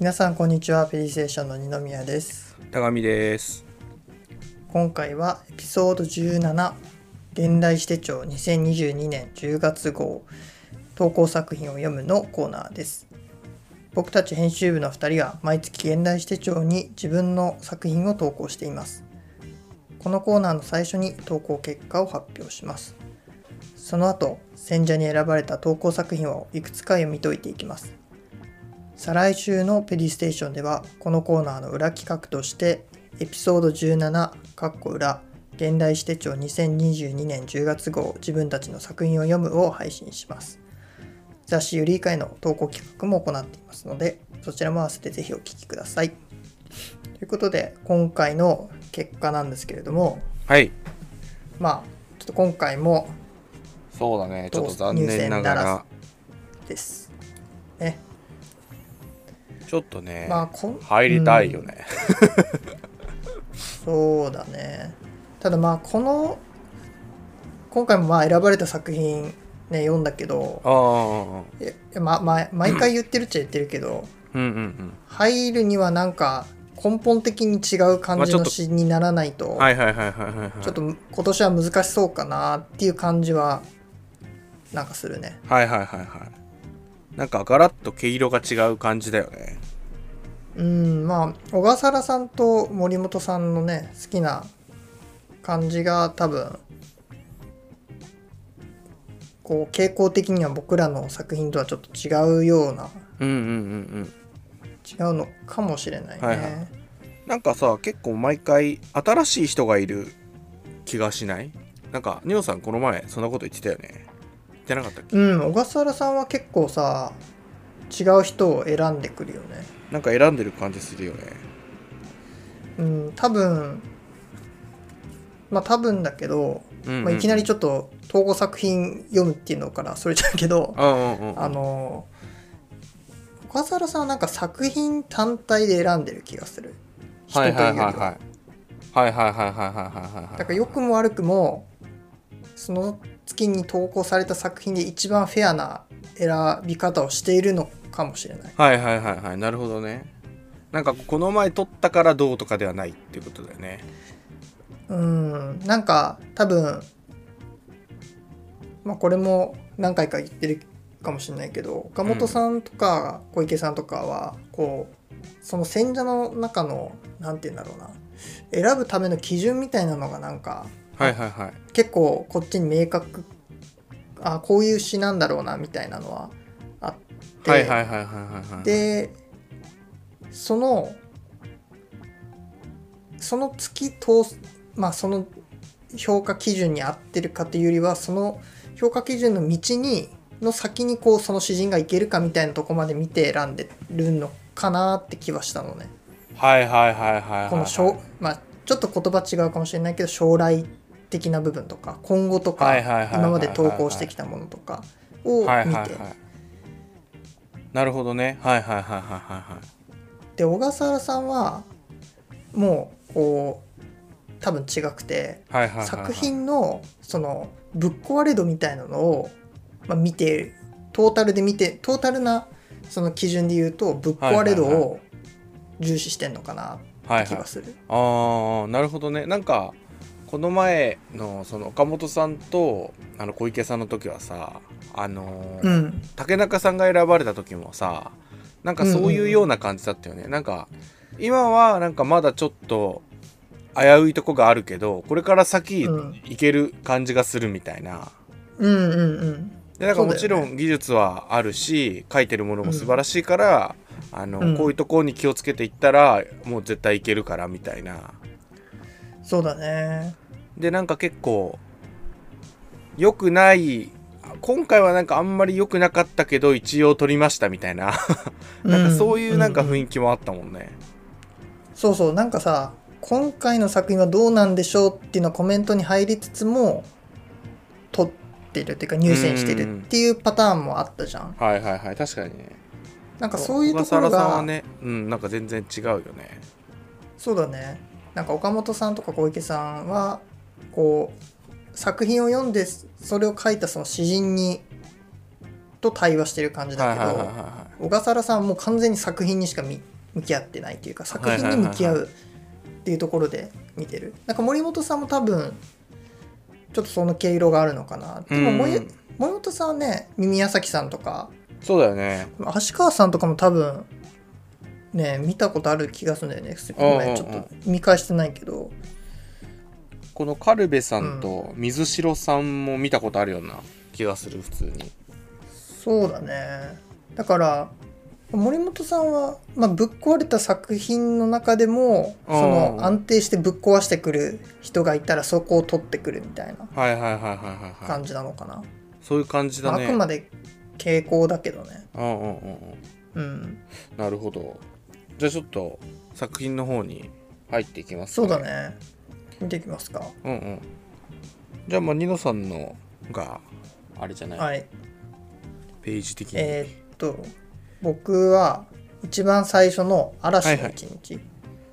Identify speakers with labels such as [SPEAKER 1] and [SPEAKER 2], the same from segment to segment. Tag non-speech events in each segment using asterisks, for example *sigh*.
[SPEAKER 1] 皆さんこんにちはペリーステーションの二宮です
[SPEAKER 2] 高見です。
[SPEAKER 1] 今回はエピソード17現代史手帳2022年10月号投稿作品を読むのコーナーです僕たち編集部の2人が毎月現代史手帳に自分の作品を投稿していますこのコーナーの最初に投稿結果を発表しますその後選者に選ばれた投稿作品をいくつか読み解いていきます再来週のペリーステーションではこのコーナーの裏企画としてエピソード17かっこ裏現代史手帳2022年10月号自分たちの作品を読むを配信します雑誌ゆりい会の投稿企画も行っていますのでそちらも合わせてぜひお聞きくださいということで今回の結果なんですけれども
[SPEAKER 2] はい。
[SPEAKER 1] まあちょっと今回も
[SPEAKER 2] そうだね。ちょっと残念ながら。
[SPEAKER 1] ですね
[SPEAKER 2] ちょっとね、
[SPEAKER 1] まあこん
[SPEAKER 2] 入りたいよね。
[SPEAKER 1] そうだねただまあこの今回もまあ選ばれた作品ね読んだけど
[SPEAKER 2] ああ。
[SPEAKER 1] えま、ま、毎回言ってるっちゃ言ってるけど
[SPEAKER 2] うんうんうん。
[SPEAKER 1] 入るにはなんか根本的に違う感
[SPEAKER 2] まあ
[SPEAKER 1] じ
[SPEAKER 2] ちょっ
[SPEAKER 1] の
[SPEAKER 2] と
[SPEAKER 1] 詩にならないと
[SPEAKER 2] はいはいはいはいはい。
[SPEAKER 1] ちょっ。と今年は難しそうかなっていう感じはなんかするね
[SPEAKER 2] はいはいはいはい。なんかガラッと毛色が違う感じだよね。
[SPEAKER 1] うんまあ小笠原さんと森本さんのね好きな感じが多分こう傾向的には僕らの作品とはちょっと違うような
[SPEAKER 2] うんうんうん
[SPEAKER 1] 違うのかもしれないね、
[SPEAKER 2] はいはいうん。なんかさ、結構毎回新しい人がいる気がしないなんか、ニオさんこの前そんなこと言ってたよね。言ってなかったっけ
[SPEAKER 1] うん小笠原さんは結構さ違う人を選んでくるよね
[SPEAKER 2] なんか選んでる感じするよね。
[SPEAKER 1] うん多分まあ多分だけど、
[SPEAKER 2] うんうんうん
[SPEAKER 1] まあ、いきなりちょっと統合作品読むっていうのからそれちゃうけど
[SPEAKER 2] うんうんうん。
[SPEAKER 1] あの小笠原さんはなんか作品単体で選んでる気がする人と
[SPEAKER 2] は
[SPEAKER 1] いう
[SPEAKER 2] い
[SPEAKER 1] より
[SPEAKER 2] は
[SPEAKER 1] は,、
[SPEAKER 2] いはいはい。はいはいはいはいはいはいはい。
[SPEAKER 1] だから良くも悪くもその月に投稿された作品で一番フェアな選び方をしているのかもしれない
[SPEAKER 2] はいはいはいはいなるほどねなんかこの前撮ったからどうとかではないっていうことだよね
[SPEAKER 1] うんなんか多分まあこれも何回か言ってるかもしれないけど岡本さんとか小池さんとかはこうその選者の中の何て言うんだろうな選ぶための基準みたいなのがなんか
[SPEAKER 2] はいはいはい
[SPEAKER 1] 結構こっちに明確あこういう詩なんだろうなみたいなのはあって、
[SPEAKER 2] はいはいはいはいはいはい
[SPEAKER 1] でそのその月通すまあその評価基準に合ってるかというよりはその評価基準の道にの先にこうその詩人がいけるかみたいなとこまで見て選んでるのかなって気はしたのね。
[SPEAKER 2] はいはいはいはいはい
[SPEAKER 1] このしょうまあちょっと言葉違うかもしれないけど将来的な部分とか今後とか
[SPEAKER 2] はいはいはいはいはい
[SPEAKER 1] 今まで投稿してきたものとかを見
[SPEAKER 2] はいはいはい
[SPEAKER 1] て
[SPEAKER 2] なるほどねはいはいはいはいはいはい
[SPEAKER 1] で小笠原さんはもうこう多分違くて
[SPEAKER 2] はいはいはいはい
[SPEAKER 1] 作品のそのぶっ壊れ度みたいなのをまあ見てトータルで見てトータルなその基準で言うとぶっ壊れ度
[SPEAKER 2] はいはい
[SPEAKER 1] を重視してんのかな
[SPEAKER 2] は
[SPEAKER 1] っ
[SPEAKER 2] い
[SPEAKER 1] て気
[SPEAKER 2] はい
[SPEAKER 1] がする。
[SPEAKER 2] あーなるほどねなんかこの前のその岡本さんとあの小池さんの時はさあのー
[SPEAKER 1] うん
[SPEAKER 2] 竹中さんが選ばれた時もさなんかそういうような感じだったよね、なんか今はなんかまだちょっと危ういとこがあるけどこれから先
[SPEAKER 1] うん
[SPEAKER 2] いける感じがするみたいな、
[SPEAKER 1] うんうんうん
[SPEAKER 2] でなんかもちろ
[SPEAKER 1] そうだ
[SPEAKER 2] ん技術はあるし、書いてるものも素晴らしいから、あの
[SPEAKER 1] うん
[SPEAKER 2] こういうとこに気をつけていったらもう絶対いけるからみたいな
[SPEAKER 1] そうだね。
[SPEAKER 2] でなんか結構良くない今回はなんかあんまり良くなかったけど一応取りましたみたいななんかそういうなんか雰
[SPEAKER 1] 囲気、
[SPEAKER 2] 囲気もあったもんね。
[SPEAKER 1] そうそうなんかさ今回の作品はどうなんでしょうっていうのはコメントに入りつつも撮ってるっていうか入選してるっていうパターンもあったじゃん
[SPEAKER 2] はいはいはい、確かにね。
[SPEAKER 1] なんかそういうとこ
[SPEAKER 2] 小笠
[SPEAKER 1] ろ
[SPEAKER 2] 原さん
[SPEAKER 1] が、
[SPEAKER 2] はね、うん、なんか全然違うよね。
[SPEAKER 1] そうだねなんか岡本さんとか小池さんはこう作品を読んでそれを書いたその詩人にと対話してる感じ
[SPEAKER 2] はい
[SPEAKER 1] だ
[SPEAKER 2] はい
[SPEAKER 1] け
[SPEAKER 2] はいはい
[SPEAKER 1] ど
[SPEAKER 2] は
[SPEAKER 1] 小笠原さんはもう完全に作品にしかみ向き合ってないというか作品に向き合うっていうところで見てるなんか森本さんも多分ちょっとその毛色があるのかなで
[SPEAKER 2] い。
[SPEAKER 1] も
[SPEAKER 2] うん
[SPEAKER 1] 森森本さんはね耳矢崎さんとか
[SPEAKER 2] そうだよね。
[SPEAKER 1] 芦川さんとかも多分ね見たことある気がするんだよね
[SPEAKER 2] うんうんうん
[SPEAKER 1] 前ちょっと見返してないけど
[SPEAKER 2] このカルベさんと水城さんも見たことあるような気がする普通に。
[SPEAKER 1] そうだねだから森本さんは、まあ、ぶっ壊れた作品の中でもそ
[SPEAKER 2] うん
[SPEAKER 1] の安定してぶっ壊してくる人がいたらそこを取ってくるみたいな
[SPEAKER 2] はいはいはいはいはいはい。
[SPEAKER 1] 感じなのかな、
[SPEAKER 2] そういう感じ
[SPEAKER 1] まあ
[SPEAKER 2] だね。
[SPEAKER 1] あくまで傾向だけどね
[SPEAKER 2] うんうんうんうん。
[SPEAKER 1] うん
[SPEAKER 2] なるほど。じゃあちょっと作品の方に入っていきます
[SPEAKER 1] そうだ。ね見ていきますか
[SPEAKER 2] うんうん。じゃあまあニノさんのがあれじゃない、
[SPEAKER 1] はい
[SPEAKER 2] ページ的に。
[SPEAKER 1] えーっと僕は一番最初の「嵐の一日」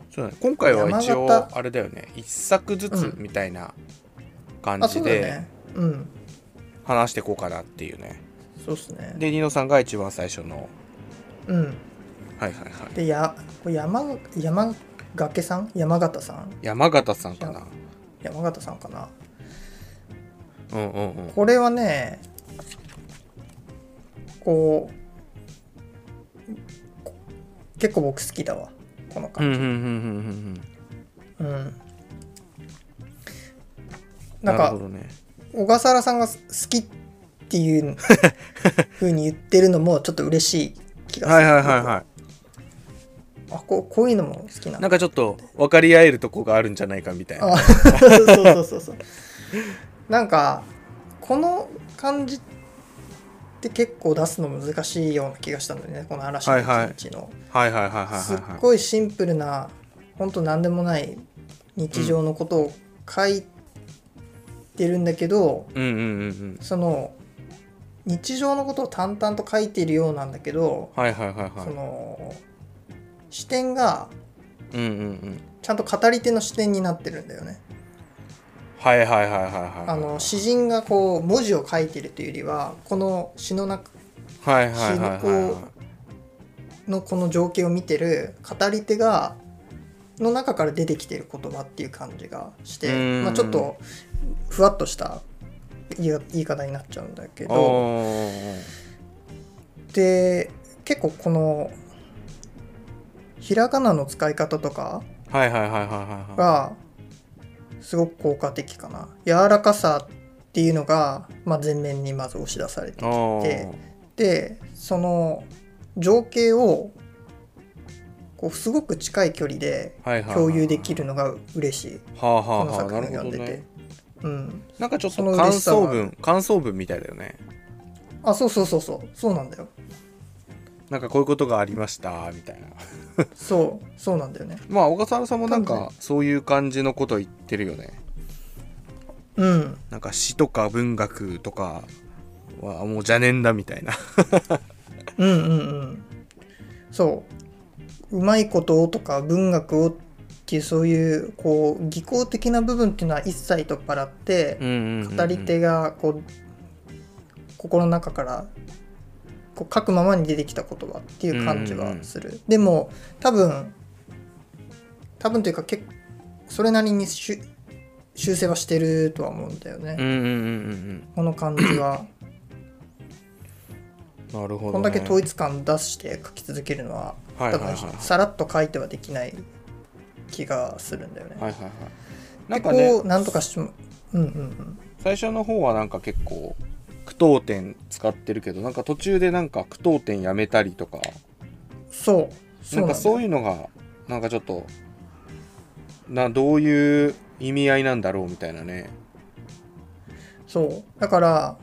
[SPEAKER 2] そうだね、今回は一
[SPEAKER 1] 山
[SPEAKER 2] 応
[SPEAKER 1] 形
[SPEAKER 2] あれだよね一作ずつみたいな感
[SPEAKER 1] あ
[SPEAKER 2] じ
[SPEAKER 1] そうだよ
[SPEAKER 2] で
[SPEAKER 1] ねうん
[SPEAKER 2] 話していこうかなっていうね。
[SPEAKER 1] そうっすね
[SPEAKER 2] でニノさんが一番最初の。
[SPEAKER 1] うん
[SPEAKER 2] はいはいはい。
[SPEAKER 1] でやこれ山山崖さん山形さん
[SPEAKER 2] 山形さんかな。
[SPEAKER 1] 山形さんかな
[SPEAKER 2] うんうんうん。
[SPEAKER 1] これはねこうこ結構僕好きだわこの
[SPEAKER 2] うんうん
[SPEAKER 1] 感
[SPEAKER 2] うん
[SPEAKER 1] じ
[SPEAKER 2] う
[SPEAKER 1] う
[SPEAKER 2] ん
[SPEAKER 1] ん、な
[SPEAKER 2] うん。
[SPEAKER 1] ん
[SPEAKER 2] なる
[SPEAKER 1] か
[SPEAKER 2] ほどね。
[SPEAKER 1] 小笠原さんが好きっていう
[SPEAKER 2] *laughs*
[SPEAKER 1] ふうに言ってるのもちょっと嬉しい気がする
[SPEAKER 2] はいはいはいはい。
[SPEAKER 1] あこうこういうのも好きなの
[SPEAKER 2] なんかちょっと分かり合えるとこがあるんじゃないかみたい *laughs* な。
[SPEAKER 1] あそうそうそうそうなんかこの感じって結構出すの難しいような気がしたんだよねこの嵐の一日の、
[SPEAKER 2] はいはいはいはい
[SPEAKER 1] すっ
[SPEAKER 2] はい。
[SPEAKER 1] ごいシンプルな本当何でもない日常のことを書いてるんだけど、
[SPEAKER 2] うんうんうんうん。
[SPEAKER 1] その日常のことを淡々と書いているようなんだけど、
[SPEAKER 2] はいはいはい
[SPEAKER 1] そ
[SPEAKER 2] は
[SPEAKER 1] の視点が
[SPEAKER 2] い。うんうんうん。
[SPEAKER 1] ちゃんと語り手の視点になってるんだよね。
[SPEAKER 2] はいはいはいはいはい。
[SPEAKER 1] あの詩人がこう文字を書いてるというよりはこの詩の中
[SPEAKER 2] はいはいはいはいは
[SPEAKER 1] のこの情景を見てる語り手がの中から出てきてる言葉っていう感じがし
[SPEAKER 2] う
[SPEAKER 1] て、
[SPEAKER 2] ーん
[SPEAKER 1] まあ、ちょっとふわっとした言い言い方になっちゃうんだけ
[SPEAKER 2] い。
[SPEAKER 1] ど
[SPEAKER 2] おー
[SPEAKER 1] で結構このひらがなの使い方とか
[SPEAKER 2] はいはいはいはいはいは
[SPEAKER 1] がすごく効果的かな柔らかさっていうのが、まあ、前面にまず押し出されて
[SPEAKER 2] い。おー
[SPEAKER 1] でその情景をこうすごく近い距離で
[SPEAKER 2] はいはいはい。
[SPEAKER 1] 共有できるのが嬉しい
[SPEAKER 2] はあは
[SPEAKER 1] こ
[SPEAKER 2] あ
[SPEAKER 1] の
[SPEAKER 2] はあ。
[SPEAKER 1] 作
[SPEAKER 2] な
[SPEAKER 1] 品を読
[SPEAKER 2] るほ
[SPEAKER 1] ん
[SPEAKER 2] ど
[SPEAKER 1] でて、
[SPEAKER 2] ね。
[SPEAKER 1] うん
[SPEAKER 2] なんかちょっ
[SPEAKER 1] そ
[SPEAKER 2] と
[SPEAKER 1] の嬉
[SPEAKER 2] 感
[SPEAKER 1] しさは
[SPEAKER 2] 想文感想文みたいだよね。
[SPEAKER 1] あそうそうそうそうそうなんだよ
[SPEAKER 2] なんかこういうことがありましたみたいな。 *laughs*
[SPEAKER 1] そうそうなんだよね
[SPEAKER 2] まあ小笠原さんもなん
[SPEAKER 1] 多分
[SPEAKER 2] かそういう感じのこと言ってるよね。
[SPEAKER 1] うん
[SPEAKER 2] なんか詩とか文学とかはもう邪念だみたいな。
[SPEAKER 1] うんうんうんそううまいことをとか文学をっていうそういうこう技巧的な部分っていうのは一切取っ払って、語
[SPEAKER 2] 語
[SPEAKER 1] り手がこう心の中からこう書くままに出てきた言葉っていう感じはする、でも多分多分というか結構それなりに修修正はしてるとは思うんだよね、
[SPEAKER 2] うんうんうんうん
[SPEAKER 1] この感じ
[SPEAKER 2] *coughs*
[SPEAKER 1] は
[SPEAKER 2] うん。なるほど、ね。
[SPEAKER 1] こんだけ統一感出して書き続けるのは
[SPEAKER 2] はい
[SPEAKER 1] 多
[SPEAKER 2] はいは
[SPEAKER 1] 分
[SPEAKER 2] い
[SPEAKER 1] さらっと書いてはできない気がするんだよね。
[SPEAKER 2] はいはいはい。な
[SPEAKER 1] 結
[SPEAKER 2] んか
[SPEAKER 1] 構
[SPEAKER 2] ね、
[SPEAKER 1] なんとかしてもうんうんうん
[SPEAKER 2] 最初の方はなんか結構句読点使ってるけど、なんか途中でなんか句読点やめたりとか、
[SPEAKER 1] そう
[SPEAKER 2] なんかそう
[SPEAKER 1] う
[SPEAKER 2] いうのがなんかちょっとなどういう意味合いなんだろうみたいなね。
[SPEAKER 1] そうだから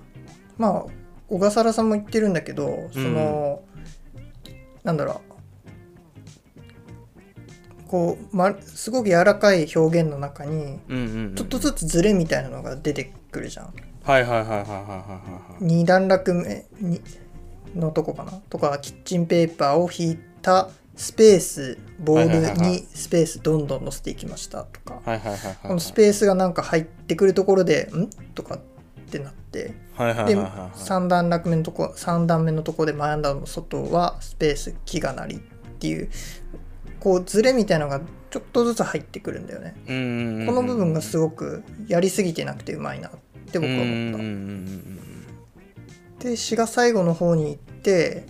[SPEAKER 1] まあ小笠原さんも言ってるんだけどその、なんだろうこう、ま、すごく柔らかい表現の中に
[SPEAKER 2] うんうん、うん。
[SPEAKER 1] ちょっとずつズレみたいなのが出てくるじゃん。
[SPEAKER 2] はいはいはいはいはいはいはい。
[SPEAKER 1] 二段落目にのとこかなとかキッチンペーパーを引いたスペースボ
[SPEAKER 2] はいはい
[SPEAKER 1] ー
[SPEAKER 2] はい
[SPEAKER 1] ル
[SPEAKER 2] は
[SPEAKER 1] に
[SPEAKER 2] い
[SPEAKER 1] スペースどんどん載せていきましたとか
[SPEAKER 2] はいはいはいはい
[SPEAKER 1] このスペースがなんか入ってくるところで「ん?」とかってなって
[SPEAKER 2] はいはいは
[SPEAKER 1] で
[SPEAKER 2] いはいはい
[SPEAKER 1] 3段落目のとこ三段目のところで前段の外はスペース木がなりっていうこうズレみたいのがちょっとずつ入ってくるんだよね。
[SPEAKER 2] うんうんうん
[SPEAKER 1] この部分がすごくやりすぎてなくてうまいなって僕は思った
[SPEAKER 2] うんうん。うん
[SPEAKER 1] で詩が最後の方に行って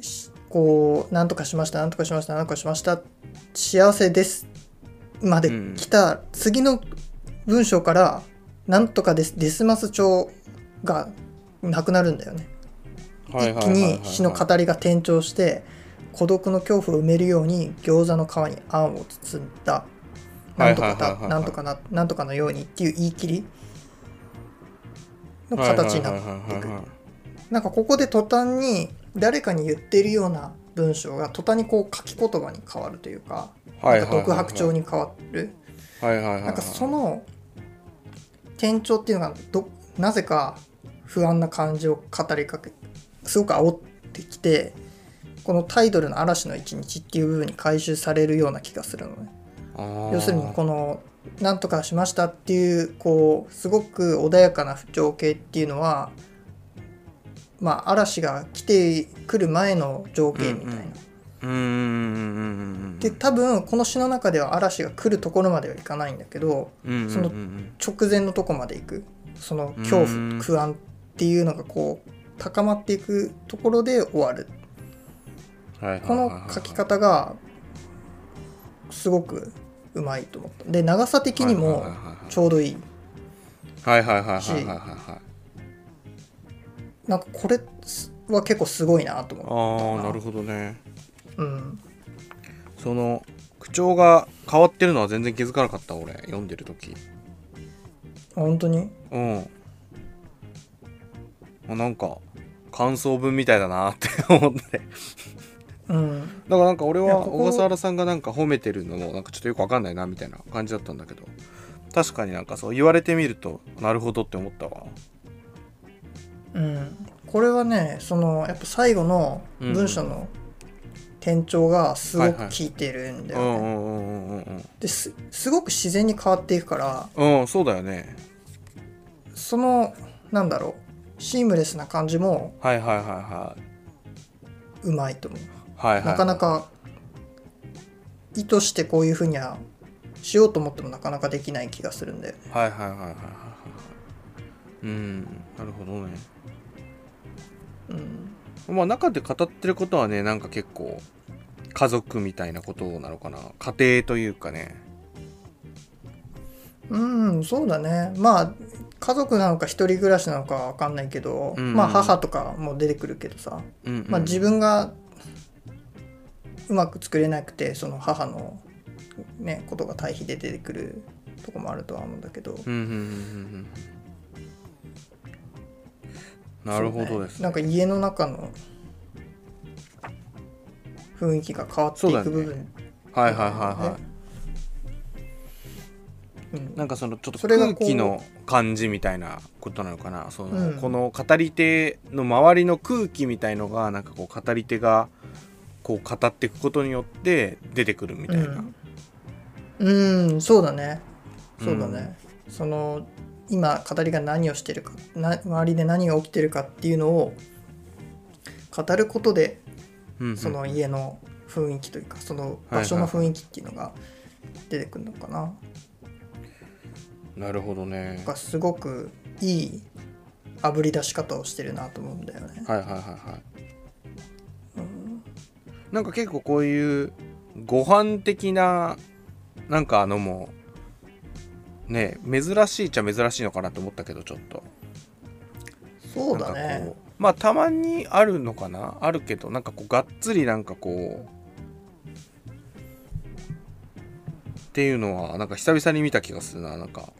[SPEAKER 1] しこう「なんとかしましたなんとかしましたなんとかしました幸せです」まで
[SPEAKER 2] うん
[SPEAKER 1] 来た次の文章から「なんとかです」デスマス調がなくなるんだよね。
[SPEAKER 2] うんはい
[SPEAKER 1] 一
[SPEAKER 2] はい
[SPEAKER 1] 気
[SPEAKER 2] はいはいはい
[SPEAKER 1] に詩の語りが転調して孤独の恐怖を埋めるように餃子の皮にあんを包んだなんとか
[SPEAKER 2] はいはいはいは
[SPEAKER 1] だ
[SPEAKER 2] い
[SPEAKER 1] なんとかななんとかのようにっていう言い切りの形になるってくるなんかここで途端に誰かに言ってるような文章が途端にこう書き言葉に変わるというか
[SPEAKER 2] はいはいはいはい
[SPEAKER 1] なんか独白調に変わる
[SPEAKER 2] はいはいはいはい
[SPEAKER 1] なんかその転調っていうのがどなぜか不安な感じを語りかけすごく煽ってきてこのタイトルの「嵐の一日」っていう部分に回収されるような気がするのね。
[SPEAKER 2] あー
[SPEAKER 1] 要するにこの「なんとかしました」っていうこうすごく穏やかな情景っていうのはまあ嵐が来てくる前の情景みたいな。
[SPEAKER 2] うんうんうんうんうんうんうんうん
[SPEAKER 1] で多分この詩の中では嵐が来るところまではいかないんだけど
[SPEAKER 2] うんうんうんうん
[SPEAKER 1] その直前のとこまで行くその恐
[SPEAKER 2] う
[SPEAKER 1] 怖
[SPEAKER 2] ん
[SPEAKER 1] 不安っていうのがこう高まっていくところで終わる
[SPEAKER 2] はいはいはいはい
[SPEAKER 1] この書き方がすごくうまいと思ったで長さ的にも
[SPEAKER 2] はいはいはいはい
[SPEAKER 1] ちょうどいい
[SPEAKER 2] はいはいはいはいはいはい
[SPEAKER 1] なんかこれは結構すごいなと思
[SPEAKER 2] ああなるほどね
[SPEAKER 1] う、うん、
[SPEAKER 2] その口調が変わってるのは全然気づかなかった俺読んでる時
[SPEAKER 1] 本当に
[SPEAKER 2] うんあなんか感想文みたいだなって *laughs* 思って
[SPEAKER 1] うん
[SPEAKER 2] だからなんか俺
[SPEAKER 1] いや
[SPEAKER 2] は
[SPEAKER 1] ここ
[SPEAKER 2] 小笠原さんがなんか褒めてるのもなんかちょっとよくわかんないなみたいな感じだったんだけど確かになんかそう言われてみるとなるほどって思ったわ
[SPEAKER 1] うんこれはねそのやっぱ最後の文章の転調がすごく効いてるんだ
[SPEAKER 2] う
[SPEAKER 1] よね、
[SPEAKER 2] んうんうんうんうん
[SPEAKER 1] ですすごく自然に変わっていくから
[SPEAKER 2] うんうんそうだよね
[SPEAKER 1] そのなんだろうシームレスな感じも
[SPEAKER 2] はいはいはいはいう
[SPEAKER 1] まいと思う、
[SPEAKER 2] はいはい
[SPEAKER 1] なかなか意図してこういうふうにはしようと思ってもなかなかできない気がするんだよね
[SPEAKER 2] はいはいはいはいはいはいうんなるほどね
[SPEAKER 1] うん
[SPEAKER 2] まあ中で語ってることはねなんか結構家族みたいなことなのかな家庭というかね
[SPEAKER 1] うんそうだねまあ家族なのか一人暮らしなのかわかんないけど、
[SPEAKER 2] うん
[SPEAKER 1] まあ母とかも出てくるけどさ、
[SPEAKER 2] うんうん
[SPEAKER 1] まあ、自分がうまく作れなくてその母の、ね、ことが対比で出てくるとこもあるとは思うんだけど、
[SPEAKER 2] うんうんうんうんうんなるほどです
[SPEAKER 1] そうねなんか家の中の雰囲気が変わって
[SPEAKER 2] そう
[SPEAKER 1] い
[SPEAKER 2] だね
[SPEAKER 1] く部分、
[SPEAKER 2] はいはいはいは
[SPEAKER 1] う
[SPEAKER 2] い
[SPEAKER 1] ん
[SPEAKER 2] なんかそのちょっと
[SPEAKER 1] それが
[SPEAKER 2] 空
[SPEAKER 1] こう
[SPEAKER 2] 気の感じみたいなことなのかなその、
[SPEAKER 1] うん
[SPEAKER 2] この語り手の周りの空気みたいのがなんかこう語り手がこう語っていくことによって出てくるみたいな、
[SPEAKER 1] うん、うんそうだねそうだ
[SPEAKER 2] う
[SPEAKER 1] ね、その今語りが何をしてるかな周りで何が起きてるかっていうのを語ることで
[SPEAKER 2] うんうん
[SPEAKER 1] その家の雰囲気というかその場所の雰囲気っていうのが出てくるのかな、
[SPEAKER 2] なるほどね
[SPEAKER 1] なんかすごくいい炙り出し方をしてるなと思うんだよね。
[SPEAKER 2] はいはいはいはい、なんか結構こういうご飯的ななんかあのもね珍しいっちゃ珍しいのかなと思ったけどちょっと
[SPEAKER 1] そうだ
[SPEAKER 2] なんか
[SPEAKER 1] ね
[SPEAKER 2] こ。うまあたまにあるのかなあるけどなんかこうがっつりなんかこうっていうのはなんか久々に見た気がするななんか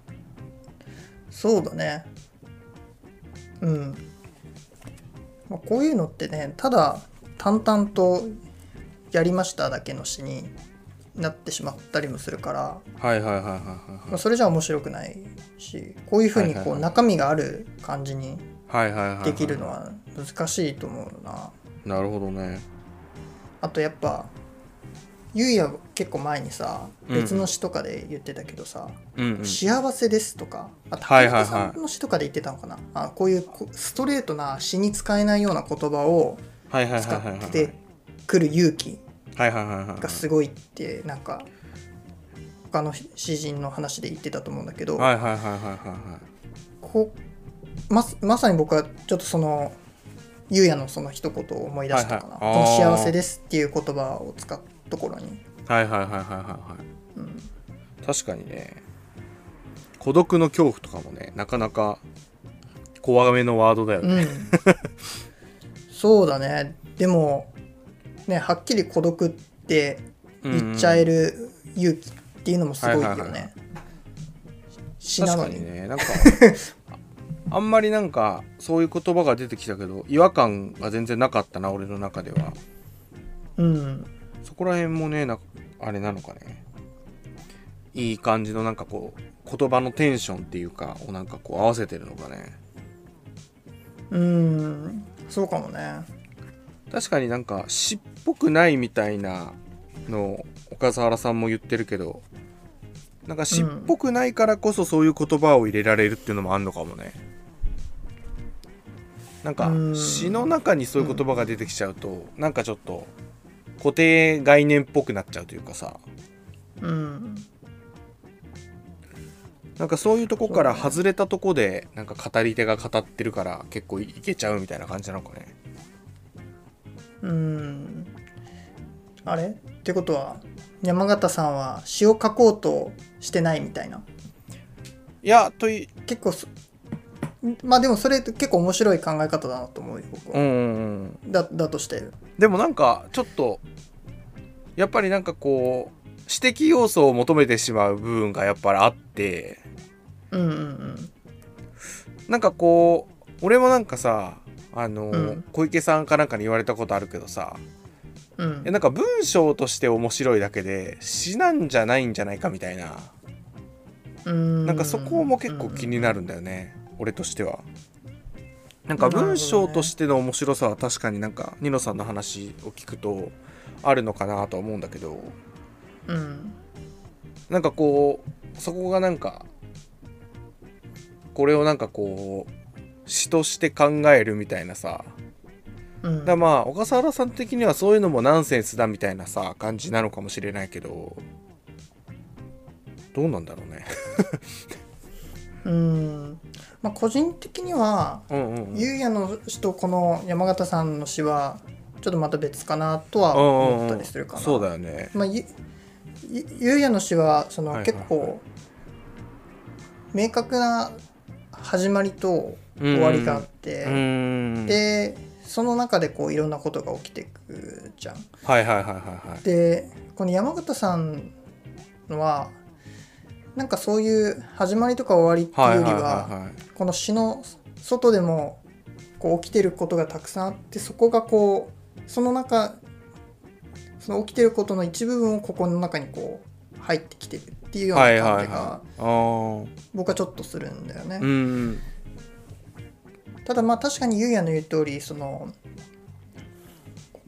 [SPEAKER 1] そうだね。うん。まあ、こういうのってね、ただ淡々とやりましただけの詩になってしまったりもするから、
[SPEAKER 2] はいはいはいはいはい
[SPEAKER 1] まあ、それじゃ面白くないし、こういうふうに
[SPEAKER 2] はいはい
[SPEAKER 1] こ
[SPEAKER 2] は
[SPEAKER 1] う
[SPEAKER 2] い
[SPEAKER 1] 中身がある感じに
[SPEAKER 2] はいはいはいはいはい
[SPEAKER 1] できるのは難しいと思うな。
[SPEAKER 2] なるほどね
[SPEAKER 1] あとやっぱゆうや結構前にさ
[SPEAKER 2] うんうん
[SPEAKER 1] 別の詩とかで言ってたけどさ
[SPEAKER 2] うん
[SPEAKER 1] 「
[SPEAKER 2] うん
[SPEAKER 1] 幸せです」とかあと
[SPEAKER 2] はいはいはい
[SPEAKER 1] 竹中さんの詩とかで言ってたのかな、あこういうこストレートな詩に使えないような言葉を
[SPEAKER 2] はいはいはい
[SPEAKER 1] 使
[SPEAKER 2] はいはい
[SPEAKER 1] ってくる勇気
[SPEAKER 2] はいはいはいはい
[SPEAKER 1] がすごいってなんか他の詩人の話で言ってたと思うんだけど、
[SPEAKER 2] はいはいはいはいはいはい
[SPEAKER 1] こうままさに僕はちょっとそのゆうやのその一言を思い出したかな、
[SPEAKER 2] はいはいあー
[SPEAKER 1] この「幸せです」っていう言葉を使うところに、
[SPEAKER 2] はいはいはいはいはいは
[SPEAKER 1] うん、
[SPEAKER 2] い確かにね孤独の恐怖とかもねなかなか怖めのワードだよね、
[SPEAKER 1] うん、 *laughs* そうだねでもねはっきり孤独って言っちゃえる勇気っていうのもすごいよ
[SPEAKER 2] はいはいはいは
[SPEAKER 1] ね詩な
[SPEAKER 2] 確
[SPEAKER 1] の
[SPEAKER 2] か
[SPEAKER 1] に
[SPEAKER 2] にね
[SPEAKER 1] *laughs*
[SPEAKER 2] なんかあんまりなんかそういう言葉が出てきたけど違和感が全然なかったな俺の中では
[SPEAKER 1] うん
[SPEAKER 2] そこら辺もねなんかあれなのかねいい感じのなんかこう言葉のテンションっていうかをなんかこう合わせてるのかね
[SPEAKER 1] うんそうかもね
[SPEAKER 2] 確かになんか詩っぽくないみたいなのを岡原さんも言ってるけどなんか詩っぽくないからこそそういう言葉を入れられるっていうのもあんのかもねなんか
[SPEAKER 1] うん
[SPEAKER 2] 詩の中にそういう言葉が出てきちゃうとなんかちょっと固定概念っぽくなっちゃうというかさ
[SPEAKER 1] うん
[SPEAKER 2] なんかそういうとこから外れたとこでなんか語り手が語ってるから結構いけちゃうみたいな感じなのかね
[SPEAKER 1] うんあれってことは山形さんは詩を書こうとしてないみたいない
[SPEAKER 2] やとい
[SPEAKER 1] 結構そまあでもそれって結構面白い考え方だなと思うよ僕
[SPEAKER 2] う
[SPEAKER 1] は、
[SPEAKER 2] んうんうん
[SPEAKER 1] だだとして
[SPEAKER 2] でもなんかちょっとやっぱりなんかこう私的要素を求めてしまう部分がやっぱりあって
[SPEAKER 1] うんうん
[SPEAKER 2] なんかこう俺もなんかさあの、
[SPEAKER 1] うん
[SPEAKER 2] 小池さんかなんかに言われたことあるけどさ
[SPEAKER 1] うんうん
[SPEAKER 2] えなんか文章として面白いだけで詩なんじゃないんじゃないかみたいな
[SPEAKER 1] うん
[SPEAKER 2] なんかそこも結構気になるんだよね、俺としては。なんか文章としての面白さは確かになんかニノさんの話を聞くとあるのかなとは思うんだけど
[SPEAKER 1] うん
[SPEAKER 2] なんかこうそこがなんかこれをなんかこう詩として考えるみたいなさ
[SPEAKER 1] うん
[SPEAKER 2] だからまあ小笠原さん的にはそういうのもナンセンスだみたいなさ感じなのかもしれないけどどうなんだろうね
[SPEAKER 1] うんまあ個人的には
[SPEAKER 2] うんうんうん
[SPEAKER 1] ゆうやの詩とこの山形さんの詩はちょっとまた別かなとは思ったりするかな、
[SPEAKER 2] そうだよね
[SPEAKER 1] まあ、ゆゆゆうやの詩はその
[SPEAKER 2] はいはい
[SPEAKER 1] 結
[SPEAKER 2] はい
[SPEAKER 1] 構明確な始まりと終わりがあって、
[SPEAKER 2] うーん
[SPEAKER 1] でその中でこういろんなことが起きてくじゃん。
[SPEAKER 2] はいはいはいはいはい
[SPEAKER 1] でこの山形さんのはなんかそういう始まりとか終わりって
[SPEAKER 2] はいいう
[SPEAKER 1] よ
[SPEAKER 2] はい
[SPEAKER 1] り
[SPEAKER 2] はい
[SPEAKER 1] は
[SPEAKER 2] はい
[SPEAKER 1] この詩の外でもこう起きてることがたくさんあってそこがこうその中その起きてることの一部分をここの中にこう入ってきてるっていうよう
[SPEAKER 2] はい
[SPEAKER 1] な
[SPEAKER 2] は
[SPEAKER 1] 感
[SPEAKER 2] い
[SPEAKER 1] じが
[SPEAKER 2] はいあー
[SPEAKER 1] 僕はちょっとするんだよね。
[SPEAKER 2] うんうん
[SPEAKER 1] ただまあ確かにゆうやの言う通りその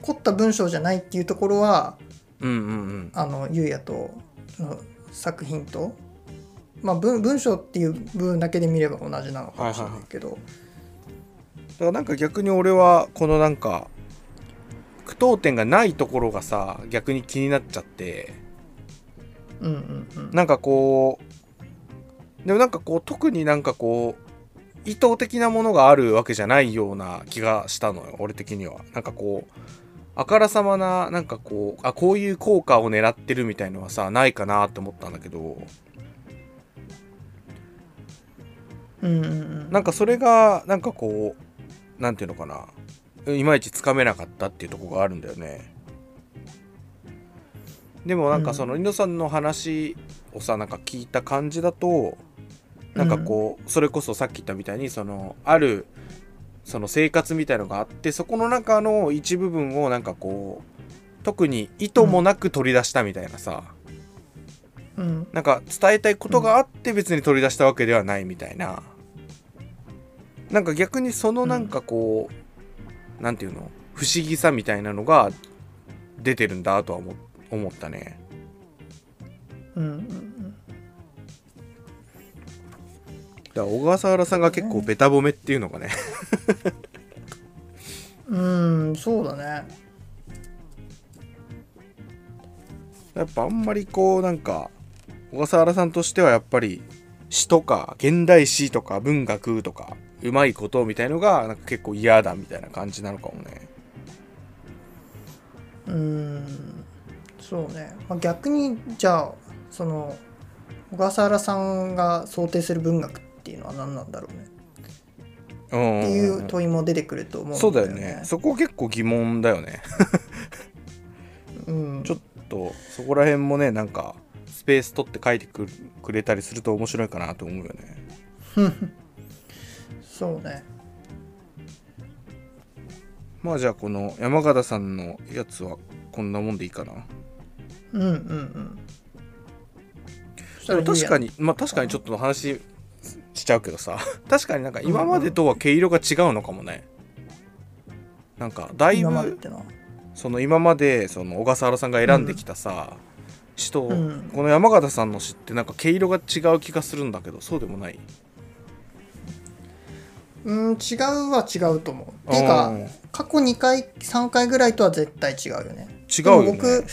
[SPEAKER 1] 凝った文章じゃないっていうところは
[SPEAKER 2] うんうんうん
[SPEAKER 1] あのゆうやとの作品と、まあ、文文章っていう部分だけで見れば同じなのかもしれないけど、
[SPEAKER 2] だからなんか逆に俺はこのなんか句読点がないところがさ逆に気になっちゃって
[SPEAKER 1] うんうんうん
[SPEAKER 2] なんかこうでもなんかこう特になんかこう意図的なものがあるわけじゃないような気がしたのよ俺的にはなんかこうあからさまななんかこうあこういう効果を狙ってるみたいのはさないかなって思ったんだけど
[SPEAKER 1] うんうんうん
[SPEAKER 2] なんかそれがなんかこうなんていうのかないまいちつかめなかったっていうところがあるんだよねでもなんかその
[SPEAKER 1] う
[SPEAKER 2] 猪野さんの話をさなんか聞いた感じだとなんかこうそれこそさっき言ったみたいにそのあるその生活みたいのがあってそこの中の一部分をなんかこう特に意図もなく取り出したみたいなさ
[SPEAKER 1] うん
[SPEAKER 2] なんか伝えたいことがあって別に取り出したわけではないみたいな、なんか逆にそのなんかこう、なんていうの不思議さみたいなのが出てるんだとは思思ったね
[SPEAKER 1] うんうんうん
[SPEAKER 2] だから小笠原さんが結構ベタ褒めっていうのがね
[SPEAKER 1] うーんそうだね
[SPEAKER 2] やっぱあんまりこうなんか小笠原さんとしてはやっぱり詩とか現代詩とか文学とかうまいことみたいのがなんか結構嫌だみたいな感じなのかもね
[SPEAKER 1] うーんそうね、まあ、逆にじゃあその小笠原さんが想定する文学っていうのは何なんだろうね
[SPEAKER 2] うん
[SPEAKER 1] っていう問いも出てくると思うんだ
[SPEAKER 2] そうだ
[SPEAKER 1] よ
[SPEAKER 2] よ
[SPEAKER 1] ね。
[SPEAKER 2] ねそこ結構疑問だよね *laughs*
[SPEAKER 1] うん、
[SPEAKER 2] ちょっとそこら辺もねなんかスペース取って書いてくくれたりすると面白いかなと思うよね
[SPEAKER 1] そうね。
[SPEAKER 2] まあじゃあこの山形さんのやつはこんなもんでいいかな
[SPEAKER 1] うんうんうん。そした
[SPEAKER 2] で
[SPEAKER 1] ら
[SPEAKER 2] も確か
[SPEAKER 1] いい
[SPEAKER 2] にまあ確かにちょっと話しちゃうけどさ確かになんか今までとは毛色が違うのかもねなんか
[SPEAKER 1] や
[SPEAKER 2] だ
[SPEAKER 1] ん
[SPEAKER 2] い
[SPEAKER 1] 今までっ
[SPEAKER 2] ぶ
[SPEAKER 1] てのは。
[SPEAKER 2] その今までその小笠原さんが選んできたさ、詩と、
[SPEAKER 1] うん
[SPEAKER 2] この山形さんの詩ってなんか毛色が違う気がするんだけどそうでもない
[SPEAKER 1] うん違うは違うと思う。っていうか
[SPEAKER 2] うん
[SPEAKER 1] 過去2回3回ぐらいとは絶対違うよね。
[SPEAKER 2] 違うよね
[SPEAKER 1] でも僕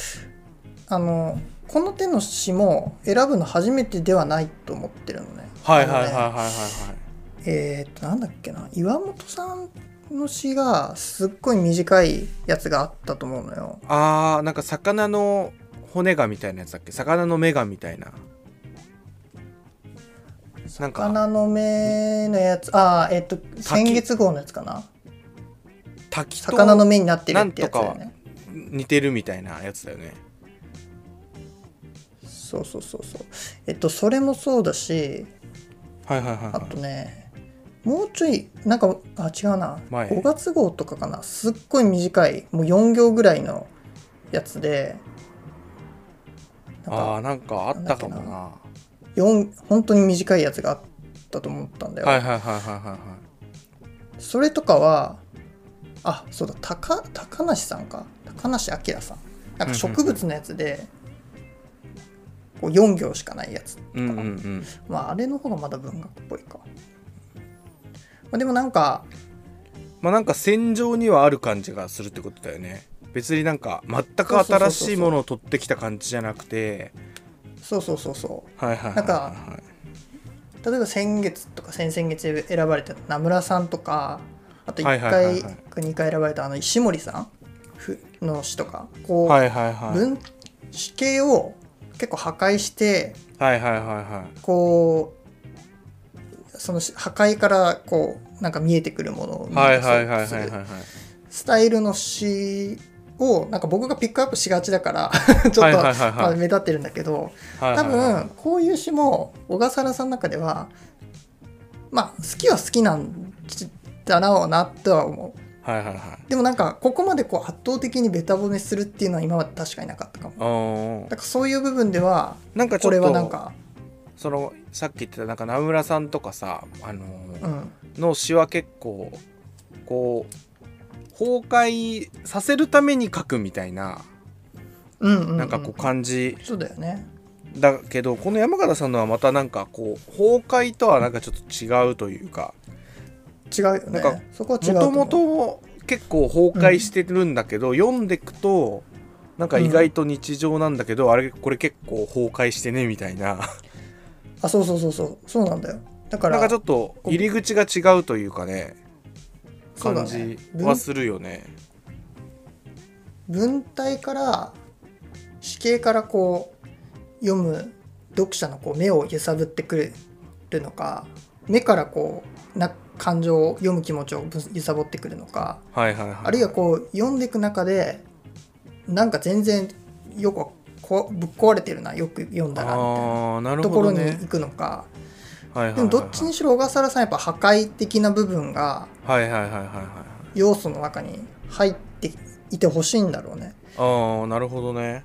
[SPEAKER 1] あのこの手の詩も選ぶの初めてではないと思ってるのね。
[SPEAKER 2] はいはいはい
[SPEAKER 1] あ
[SPEAKER 2] はい
[SPEAKER 1] のね
[SPEAKER 2] はいはい
[SPEAKER 1] えーっとなんだっけな岩本さんの詩がすっごい短いやつがあったと思うのよ。
[SPEAKER 2] あーなんか魚の骨がみたいなやつだっけ魚の目がみたいななんか
[SPEAKER 1] 花の目のやつああえっと
[SPEAKER 2] 滝
[SPEAKER 1] 先月号のやつかな
[SPEAKER 2] 滝と
[SPEAKER 1] 魚の目になってるってやつだよ
[SPEAKER 2] なん
[SPEAKER 1] ね
[SPEAKER 2] 似てるみたいなやつだよね
[SPEAKER 1] そうそうそうそうえっとそれもそうだし
[SPEAKER 2] はいはいはい、
[SPEAKER 1] あ
[SPEAKER 2] は
[SPEAKER 1] とねもうちょいなんかあ違うな
[SPEAKER 2] 前
[SPEAKER 1] 5月号とかかなすっごい短いもう4行ぐらいのやつで
[SPEAKER 2] い、
[SPEAKER 1] なん
[SPEAKER 2] あ
[SPEAKER 1] か
[SPEAKER 2] ーなんかあったかもな
[SPEAKER 1] なん4本当に短いやつがあったと思ったんだよ、
[SPEAKER 2] はいはいはいはいはいはい
[SPEAKER 1] それとかはあそうだ高高梨さんか高梨明さんなんか植物のやつで、こう4行しかないやつ
[SPEAKER 2] うんうんうん
[SPEAKER 1] まああれの方がまだ文学っぽいか、まあ、でもなんか
[SPEAKER 2] まあなんか戦場にはある感じがするってことだよね別になんか全く新しいものを取ってきた感じじゃなくて
[SPEAKER 1] そうそうそうそ
[SPEAKER 2] はいはいはいはい
[SPEAKER 1] なんかう例えば先月とか先々月で選ばれた名村さんとかあと
[SPEAKER 2] は
[SPEAKER 1] 1
[SPEAKER 2] いはいは
[SPEAKER 1] 回
[SPEAKER 2] いはい
[SPEAKER 1] か2回選ばれたあの石森さんふの詩とかこう、
[SPEAKER 2] はいはいはい
[SPEAKER 1] 文詩形を結構破壊して
[SPEAKER 2] はいはいはいはい
[SPEAKER 1] こうそのし破壊からこうなんか見えてくるものを見
[SPEAKER 2] はい
[SPEAKER 1] 出そ
[SPEAKER 2] はいはいうはい
[SPEAKER 1] とす
[SPEAKER 2] はい
[SPEAKER 1] る
[SPEAKER 2] はい
[SPEAKER 1] スタイルの詩をなんか僕がピックアップしがちだから *laughs* ちょっと
[SPEAKER 2] はいはいはいはい
[SPEAKER 1] まあ目立ってるんだけど
[SPEAKER 2] はい
[SPEAKER 1] 多
[SPEAKER 2] はいはい
[SPEAKER 1] 分こういう詩も小笠原さんの中ではまあ好きは好きなんだろうなとは思う
[SPEAKER 2] はいはいはい
[SPEAKER 1] でもなんかここまでこう圧倒的にベタ褒めするっていうのは今まで確かになかったかも
[SPEAKER 2] うん
[SPEAKER 1] だからそういう部分では
[SPEAKER 2] なんかち
[SPEAKER 1] こ
[SPEAKER 2] ょっ
[SPEAKER 1] れ
[SPEAKER 2] と
[SPEAKER 1] はなんか
[SPEAKER 2] そのさっき言ってたなんか名村さんとかさ、あのー
[SPEAKER 1] うん
[SPEAKER 2] の詩は結構こう崩壊させるために書くみたいな
[SPEAKER 1] うんうんうん
[SPEAKER 2] なんかこう感じ
[SPEAKER 1] そうだよね
[SPEAKER 2] だけど、この山形さんのはまたなんかこう崩壊とはなんかちょっと違うというか
[SPEAKER 1] 違うよ
[SPEAKER 2] なん
[SPEAKER 1] ね
[SPEAKER 2] か
[SPEAKER 1] そこは違う
[SPEAKER 2] もとも
[SPEAKER 1] 思う
[SPEAKER 2] と結構崩壊してるんだけど、読んでくとなんか意外と日常なんだけど、あれこれ結構崩壊してねみたいな
[SPEAKER 1] あそうそうそうそうそうなんだよだから
[SPEAKER 2] なんかちょっと入り口が違うというかね
[SPEAKER 1] そうだ
[SPEAKER 2] 感
[SPEAKER 1] ね
[SPEAKER 2] じはするよね
[SPEAKER 1] 文体から死形からこう読む読者のこう目を揺さぶってくるのか目からこうな感情を読む気持ちをぶ揺さぶってくるのか
[SPEAKER 2] はいはいはい
[SPEAKER 1] あるいはこう読んでいく中でなんか全然よくこぶっ壊れてるなよく読んだなみたいな
[SPEAKER 2] あーなる
[SPEAKER 1] と
[SPEAKER 2] ほ
[SPEAKER 1] ころ
[SPEAKER 2] ど
[SPEAKER 1] に
[SPEAKER 2] ね
[SPEAKER 1] 行くのか、
[SPEAKER 2] はいはいはい
[SPEAKER 1] でもどっちにしろ小笠原さんやっぱ破壊的な部分が
[SPEAKER 2] はいはいはいはいはい
[SPEAKER 1] 要素の中に入っていてほしいんだろうね。
[SPEAKER 2] ああなるほどね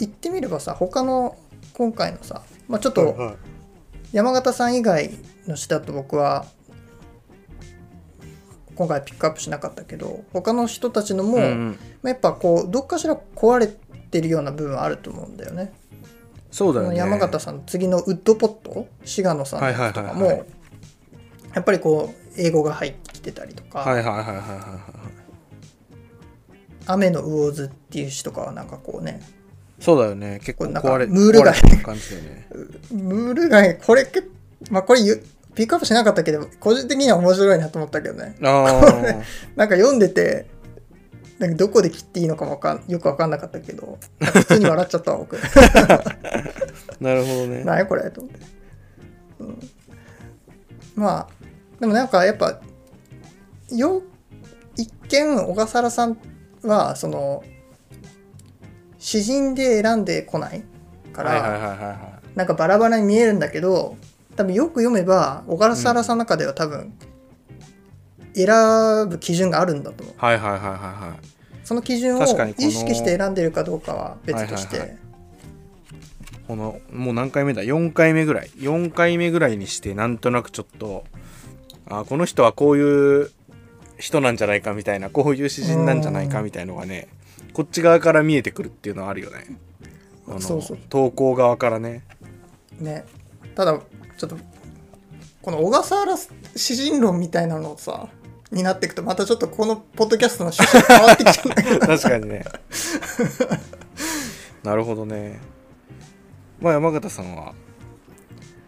[SPEAKER 1] 言ってみればさ他の今回のさ、まあ、ちょっと山形さん以外の詩だと僕は今回ピックアップしなかったけど他の人たちのも、
[SPEAKER 2] うんう
[SPEAKER 1] ま
[SPEAKER 2] ん
[SPEAKER 1] あやっぱこうどっかしら壊れてるような部分はあると思うんだよね。
[SPEAKER 2] そう
[SPEAKER 1] そ
[SPEAKER 2] だよ
[SPEAKER 1] の
[SPEAKER 2] ね
[SPEAKER 1] 山形さんの次のウッドポット志賀野さんのやつとかも、
[SPEAKER 2] はいはいはいは
[SPEAKER 1] やっぱりこう英語が入ってきてたりとか、
[SPEAKER 2] はいはいはいはいはいはい
[SPEAKER 1] 雨の魚津っていう詩とかはなんかこうね
[SPEAKER 2] そうだよね結
[SPEAKER 1] こ
[SPEAKER 2] 構
[SPEAKER 1] れなんか
[SPEAKER 2] 壊れ
[SPEAKER 1] ムール貝
[SPEAKER 2] 壊れてる感じだよね
[SPEAKER 1] ムール貝これけまあこれゆピックアップしなかったけど個人的には面白いなと思ったけどね *laughs*
[SPEAKER 2] ああ
[SPEAKER 1] なんか読んでてなんかどこで切っていいのかわかんよく分かんなかったけどなんか普通に笑っちゃったわ僕 *laughs*
[SPEAKER 2] なるほどね
[SPEAKER 1] 何やこれと思って、うん、まあでもなんかやっぱよ一見小笠原さんはその詩人で選んでこないから、
[SPEAKER 2] はいはいはいはいは
[SPEAKER 1] なんかバラバラに見えるんだけど多分よく読めば小笠原さんの中では多分選ぶ基準があるんだと思う、
[SPEAKER 2] いはいはいはいはいはい
[SPEAKER 1] その基準を
[SPEAKER 2] 確かにこの
[SPEAKER 1] 意識して選んでるかどうかは別として、
[SPEAKER 2] はいはいこのもう何回目だ4回目ぐらい4回目ぐらいにしてなんとなくちょっとあこの人はこういう人なんじゃないかみたいなこういう詩人なんじゃないかみたいのがねこっち側から見えてくるっていうのはあるよねこの
[SPEAKER 1] そうそう
[SPEAKER 2] 投稿側からね
[SPEAKER 1] ねただちょっとこの小笠原詩人論みたいなのをさになっていくとまたちょっとこのポッドキャストの趣旨が変わってきちゃうん *laughs*
[SPEAKER 2] *laughs*
[SPEAKER 1] だけど
[SPEAKER 2] 確かにねなるほどねまあ山形さんは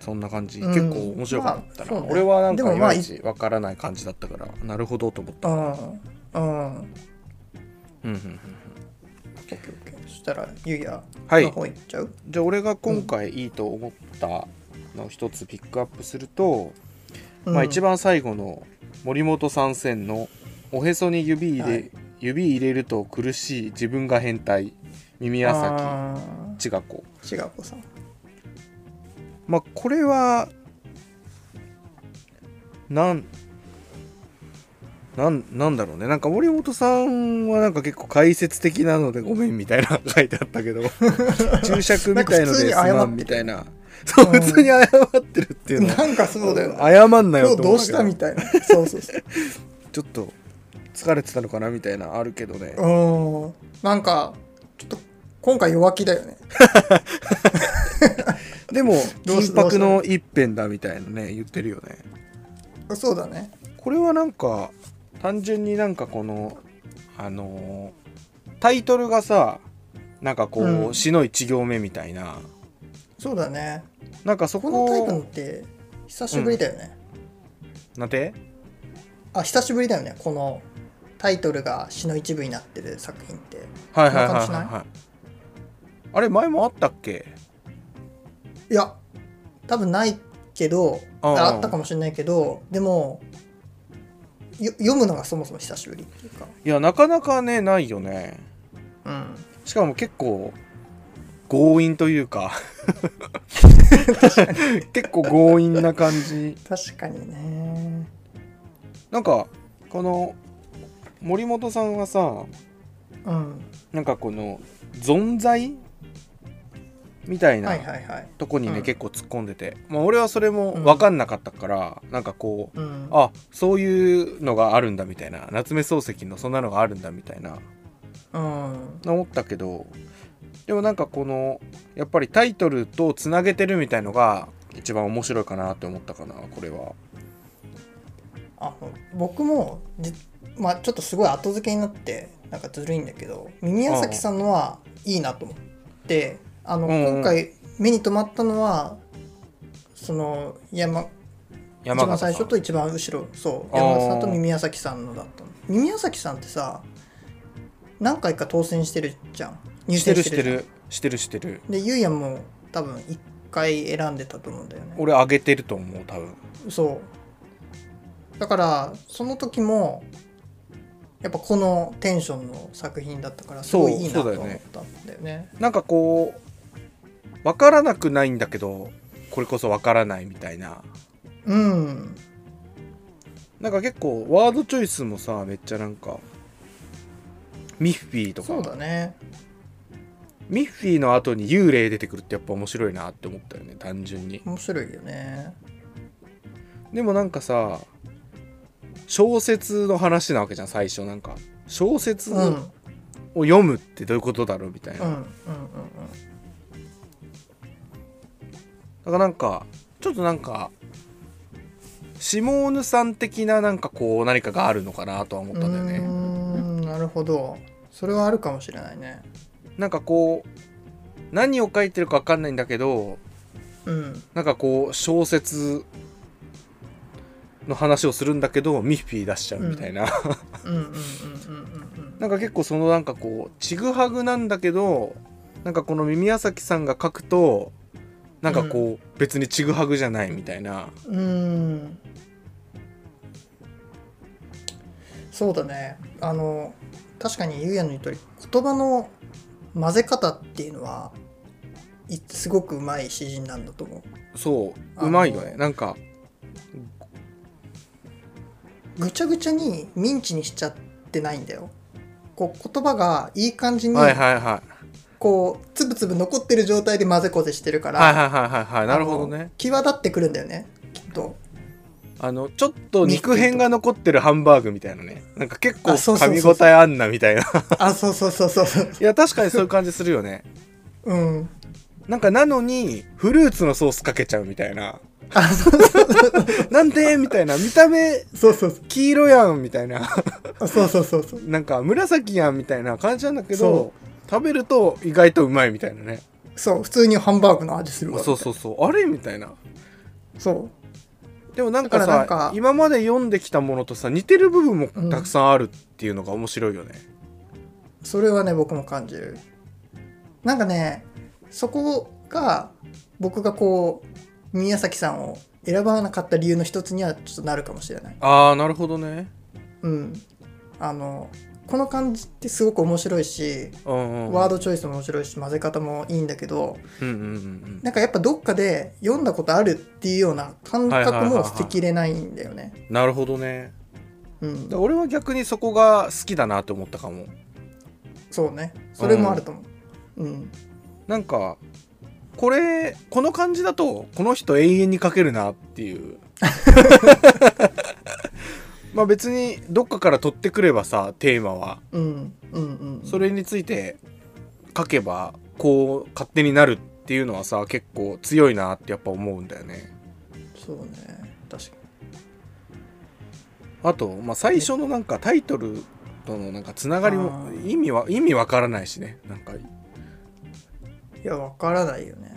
[SPEAKER 2] そんな感じ、
[SPEAKER 1] うん
[SPEAKER 2] 結構面白かったな、
[SPEAKER 1] まあそうね
[SPEAKER 2] 俺はなん
[SPEAKER 1] で
[SPEAKER 2] か
[SPEAKER 1] も
[SPEAKER 2] い
[SPEAKER 1] まあ
[SPEAKER 2] まいちわからない感じだったからなるほどと思った、
[SPEAKER 1] うんうん
[SPEAKER 2] うんうんうん
[SPEAKER 1] オッケーオッケーそしたらゆうや
[SPEAKER 2] はい
[SPEAKER 1] の方行っちゃう、
[SPEAKER 2] じゃあ俺が今回いいと思ったのを一つピックアップすると、
[SPEAKER 1] うん
[SPEAKER 2] まあ、一番最後の森本参戦の「おへそに指入れ,、
[SPEAKER 1] はい
[SPEAKER 2] 指入れると苦しい自分が変態」耳浅
[SPEAKER 1] あ
[SPEAKER 2] き千賀子
[SPEAKER 1] ー違う子さん
[SPEAKER 2] まあこれはなんなんなんだろうねなんか森本さんはなんか結構解説的なのでごめんみたいな *laughs* 書いてあったけど注釈みたいのですまんみたいなそう
[SPEAKER 1] 普
[SPEAKER 2] 普
[SPEAKER 1] 通
[SPEAKER 2] 通
[SPEAKER 1] に
[SPEAKER 2] に謝ってるっていうの
[SPEAKER 1] なんかそうだよね
[SPEAKER 2] 謝ん
[SPEAKER 1] 今
[SPEAKER 2] なよ
[SPEAKER 1] 日
[SPEAKER 2] と
[SPEAKER 1] ど
[SPEAKER 2] 思
[SPEAKER 1] う
[SPEAKER 2] うけ
[SPEAKER 1] した
[SPEAKER 2] ど
[SPEAKER 1] みたいなそうそうそう
[SPEAKER 2] ちょっと疲れてたのかなみたいなあるけどね
[SPEAKER 1] うんなんかちょっと今回弱気だよね
[SPEAKER 2] でも
[SPEAKER 1] どうし
[SPEAKER 2] 緊迫の一辺だみたいなね言ってるよね
[SPEAKER 1] そうだね
[SPEAKER 2] これはなんか単純になんかこのあのータイトルがさなんかこう、
[SPEAKER 1] うん
[SPEAKER 2] 詩の一行目みたいな
[SPEAKER 1] そうだね
[SPEAKER 2] なんかそ
[SPEAKER 1] こ
[SPEAKER 2] こ
[SPEAKER 1] のタイプのって久しぶりだよね、
[SPEAKER 2] なんて
[SPEAKER 1] あ久しぶりだよねこのタイトルが詩の一部になってる作品って
[SPEAKER 2] はいはいはいはい
[SPEAKER 1] そんな感じし
[SPEAKER 2] はいあれ前もあったっけ
[SPEAKER 1] いや多分ないけど
[SPEAKER 2] ああ
[SPEAKER 1] ああったかもしれないけどでもよ読むのがそもそも久しぶりっていうか
[SPEAKER 2] いやなかなかねないよね
[SPEAKER 1] うん
[SPEAKER 2] しかも結構強引というか *laughs* 結構強引な感じ
[SPEAKER 1] 確かにね
[SPEAKER 2] なんかこの森本さんはさ
[SPEAKER 1] うん
[SPEAKER 2] なんかこの存在みたい
[SPEAKER 1] はい
[SPEAKER 2] な
[SPEAKER 1] はいはい
[SPEAKER 2] とこにね、
[SPEAKER 1] うん
[SPEAKER 2] 結構突っ込んでて、まあ、俺はそれも分かんなかったから、なんかこう
[SPEAKER 1] うん
[SPEAKER 2] あそういうのがあるんだみたいな夏目漱石のそんなのがあるんだみたいな
[SPEAKER 1] うん
[SPEAKER 2] 思ったけどでもなんかこのやっぱりタイトルとつなげてるみたいのが一番面白いかなって思ったかなこれは。
[SPEAKER 1] あの僕もじ、まあ、ちょっとすごい後付けになってなんかずるいんだけど耳矢崎さんのはいいなと思ってあの、
[SPEAKER 2] うんうん
[SPEAKER 1] 今回目に留まったのはその山
[SPEAKER 2] 山
[SPEAKER 1] 一番
[SPEAKER 2] 形さん
[SPEAKER 1] 最初と一番後ろそう
[SPEAKER 2] あー
[SPEAKER 1] 山田さんと耳矢崎さんのだったの耳矢崎さんってさ何回か当選してるじゃん入
[SPEAKER 2] して
[SPEAKER 1] 選
[SPEAKER 2] る
[SPEAKER 1] し
[SPEAKER 2] して
[SPEAKER 1] る
[SPEAKER 2] て
[SPEAKER 1] じゃん
[SPEAKER 2] るしてるしてる
[SPEAKER 1] でゆうやも多分1回選んでたと思うんだよね
[SPEAKER 2] 俺上げてると思う多分
[SPEAKER 1] そうだからその時もやっぱこのテンションの作品だったからすごいいいなと
[SPEAKER 2] そう
[SPEAKER 1] 思
[SPEAKER 2] そうだ
[SPEAKER 1] っ
[SPEAKER 2] よね
[SPEAKER 1] たんだよね
[SPEAKER 2] なんかこうわからなくないんだけどこれこそわからないみたいな
[SPEAKER 1] うん
[SPEAKER 2] なんか結構ワードチョイスもさめっちゃなんかミッフィーと
[SPEAKER 1] そうだ
[SPEAKER 2] か
[SPEAKER 1] ね
[SPEAKER 2] ミッフィーの後に幽霊出てくるってやっぱ面白いなって思ったよね単純に
[SPEAKER 1] 面白いよね
[SPEAKER 2] でもなんかさ小説の話なわけじゃん最初なんか小説
[SPEAKER 1] うんうんうん
[SPEAKER 2] を読むってどういうことだろうみたいな、
[SPEAKER 1] うん
[SPEAKER 2] だからなんかちょっとなんかシモーヌさん的ななんかこう何かがあるのかなとは思
[SPEAKER 1] う
[SPEAKER 2] ったんだよね。
[SPEAKER 1] んなるほどそれはあるかもしれないね
[SPEAKER 2] なんかこう何を書いてるか分かんないんだけど
[SPEAKER 1] うん
[SPEAKER 2] なんかこう小説の話をするんだけどミッフィー出しちゃうみたいな、
[SPEAKER 1] うんうんうんうんうん
[SPEAKER 2] *laughs* なんか結構そのなんかこうちぐはぐなんだけどなんかこの耳朝きさんが書くとなんかこう、別にちぐはぐじゃないみたいな
[SPEAKER 1] うーんそうだねあの確かにゆうやの言うとり言葉の混ぜ方っていうのはいすごくうまい詩人なんだと思う
[SPEAKER 2] そう
[SPEAKER 1] あ
[SPEAKER 2] うまいよね
[SPEAKER 1] の
[SPEAKER 2] なんか
[SPEAKER 1] ぐちゃぐちゃにミンチにしちゃってないんだよこう言葉がいい感じに
[SPEAKER 2] はいはいはい
[SPEAKER 1] こうつぶつぶ残ってる状態で混ぜこぜしてるから、
[SPEAKER 2] はいはいはいはいはいなるほどね
[SPEAKER 1] 際立ってくるんだよねきっと
[SPEAKER 2] あのちょっと肉片が残ってるハンバーグみたいなねなんか結構
[SPEAKER 1] あそうそ
[SPEAKER 2] 噛
[SPEAKER 1] う
[SPEAKER 2] み
[SPEAKER 1] そう
[SPEAKER 2] 応えあんなみた *laughs* いな
[SPEAKER 1] あそうそうそうそうそう
[SPEAKER 2] いや確かにそういう感じするよね
[SPEAKER 1] うん
[SPEAKER 2] なんかなのにフルーツのソースかけちゃうみたいな
[SPEAKER 1] あそう
[SPEAKER 2] なんでみたいな見た目
[SPEAKER 1] そうそうそう
[SPEAKER 2] 黄色やんみたいな
[SPEAKER 1] あそうそうそうそう
[SPEAKER 2] なんか紫やんみたいな感じなんだけど
[SPEAKER 1] そ
[SPEAKER 2] 食べると意外とうまいみたいなね
[SPEAKER 1] そう普通にハンバーグの味するわ
[SPEAKER 2] そうそうそうあれみたいな
[SPEAKER 1] そう
[SPEAKER 2] でもなんか
[SPEAKER 1] だ
[SPEAKER 2] さ
[SPEAKER 1] からなんか
[SPEAKER 2] 今まで読んできたものとさ似てる部分もたくさんあるっていうのが面白いよね、
[SPEAKER 1] それはね僕も感じるなんかねそこが僕がこう宮崎さんを選ばなかった理由の一つにはちょっとなるかもしれない
[SPEAKER 2] ああなるほどね
[SPEAKER 1] うんあのこの感じってすごく面白いし
[SPEAKER 2] うんうん
[SPEAKER 1] ワードチョイスも面白いし混ぜ方もいいんだけど
[SPEAKER 2] うんうんうん
[SPEAKER 1] なんかやっぱどっかで読んだことあるっていうような感覚も捨てきれないんだよね
[SPEAKER 2] うんなるほどね
[SPEAKER 1] うん
[SPEAKER 2] だから俺は逆にそこが好きだなって思ったかも
[SPEAKER 1] そうねそれもあると思ううん
[SPEAKER 2] なんかこれこの感じだとこの人永遠に書けるなっていう
[SPEAKER 1] *laughs*
[SPEAKER 2] まあ別にどっかから取ってくればさテーマは
[SPEAKER 1] うんうんうん
[SPEAKER 2] それについて書けばこう勝手になるっていうのはさ結構強いなってやっぱ思うんだよね
[SPEAKER 1] そうね確か
[SPEAKER 2] あと、まあ、最初のなんかタイトルとのなんかつながりも
[SPEAKER 1] あー
[SPEAKER 2] 意味は意味わからないしねなんか
[SPEAKER 1] にいやわからないよね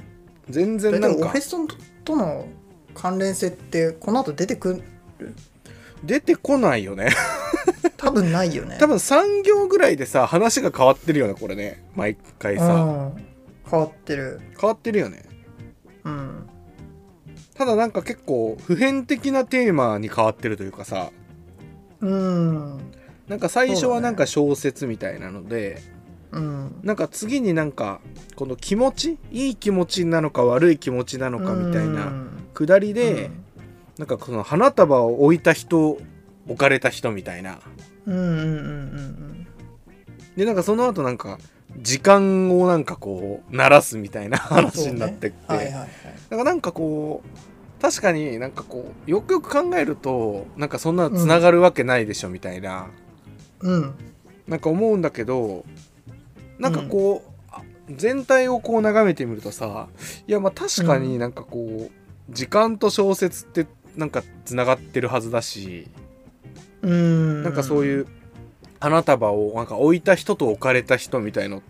[SPEAKER 2] 全
[SPEAKER 1] で
[SPEAKER 2] 然な
[SPEAKER 1] も
[SPEAKER 2] ん
[SPEAKER 1] オ
[SPEAKER 2] か
[SPEAKER 1] フェストとの関連性ってこの後出てく
[SPEAKER 2] *laughs*
[SPEAKER 1] る
[SPEAKER 2] 出てこないよね
[SPEAKER 1] 多分ないよね
[SPEAKER 2] *laughs* 多分3行ぐらいでさ話が変わってるよねこれね毎回さ
[SPEAKER 1] うん、変わってる
[SPEAKER 2] 変わってるよね
[SPEAKER 1] うん
[SPEAKER 2] ただなんか結構普遍的なテーマに変わってるというかさ
[SPEAKER 1] うん
[SPEAKER 2] なんか最初はなんか
[SPEAKER 1] そ
[SPEAKER 2] 小説みたいなので、
[SPEAKER 1] うん
[SPEAKER 2] なんか次になんかこの気持ちいい気持ちなのか悪い気持ちなのかみたいな下りで、なんかこの花束を置いた人置かれた人みたいな
[SPEAKER 1] うんうんうんうん
[SPEAKER 2] でなんかその後なんか時間をなんかこう鳴らすみたいな
[SPEAKER 1] うん
[SPEAKER 2] 話になってって、
[SPEAKER 1] そうねはいはいはい
[SPEAKER 2] なんかなんかこう確かになんかこうよくよく考えるとなんかそんなつながるわけないでしょみたいな、
[SPEAKER 1] うん
[SPEAKER 2] なんか思うんだけどなんかこう、あ全体をこう眺めてみるとさいやまあ確かになんかこう、時間と小説ってなんかつながってるはずだし
[SPEAKER 1] うん
[SPEAKER 2] なんかそういう花束をなんか置いた人と置かれた人みたいのっ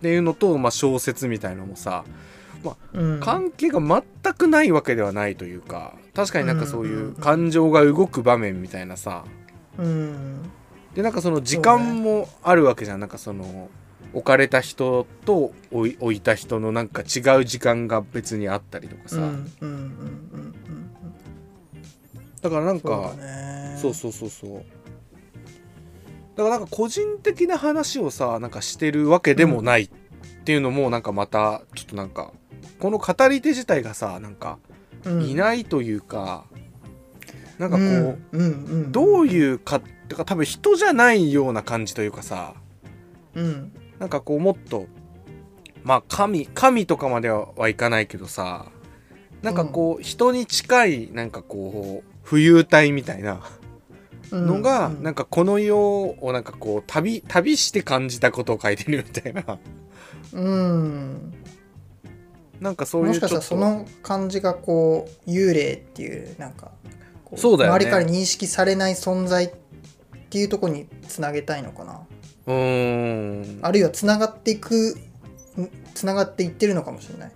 [SPEAKER 2] ていうのと、まあ、小説みたいのもさ
[SPEAKER 1] うん
[SPEAKER 2] 関係が全くないわけではないというか確かになんかそう
[SPEAKER 1] うん
[SPEAKER 2] い
[SPEAKER 1] うんう
[SPEAKER 2] うん感情が動く場面みたいなさ
[SPEAKER 1] うん
[SPEAKER 2] でなんかその時間もあるわけじゃん、なんかその置かれた人と置い置いた人のなんか違う時間が別にあったりとかさ、
[SPEAKER 1] うんうんうんうんうん
[SPEAKER 2] だからなん
[SPEAKER 1] そう
[SPEAKER 2] か
[SPEAKER 1] だね
[SPEAKER 2] そうそうそうそうだからなんか個人的な話をさなんかしてるわけでもないっていうのもなんかまたちょっとなんかこの語り手自体がさなんか
[SPEAKER 1] うん
[SPEAKER 2] いないというか、なんかこう、
[SPEAKER 1] うんうんうん
[SPEAKER 2] どういうかだから多分人じゃないような感じというかさ
[SPEAKER 1] うん
[SPEAKER 2] なんかこうもっとまあ神神とかまでははいかないけどさなんかこう、人に近いなんかこう浮遊体みたいなのが、
[SPEAKER 1] うん
[SPEAKER 2] なんかこの世をなんかこう旅旅して感じたことを書いてるみたいな *laughs*
[SPEAKER 1] うん
[SPEAKER 2] なんかそうい
[SPEAKER 1] も
[SPEAKER 2] う
[SPEAKER 1] し
[SPEAKER 2] ちょ
[SPEAKER 1] か
[SPEAKER 2] っ
[SPEAKER 1] した
[SPEAKER 2] と
[SPEAKER 1] らその感じがこう幽霊っていうなんかこ
[SPEAKER 2] そうだよね
[SPEAKER 1] 周りから認識されない存在っていうところにつなげたいのかな
[SPEAKER 2] うーん
[SPEAKER 1] あるいはつながっていくつながっていってるのかもしれない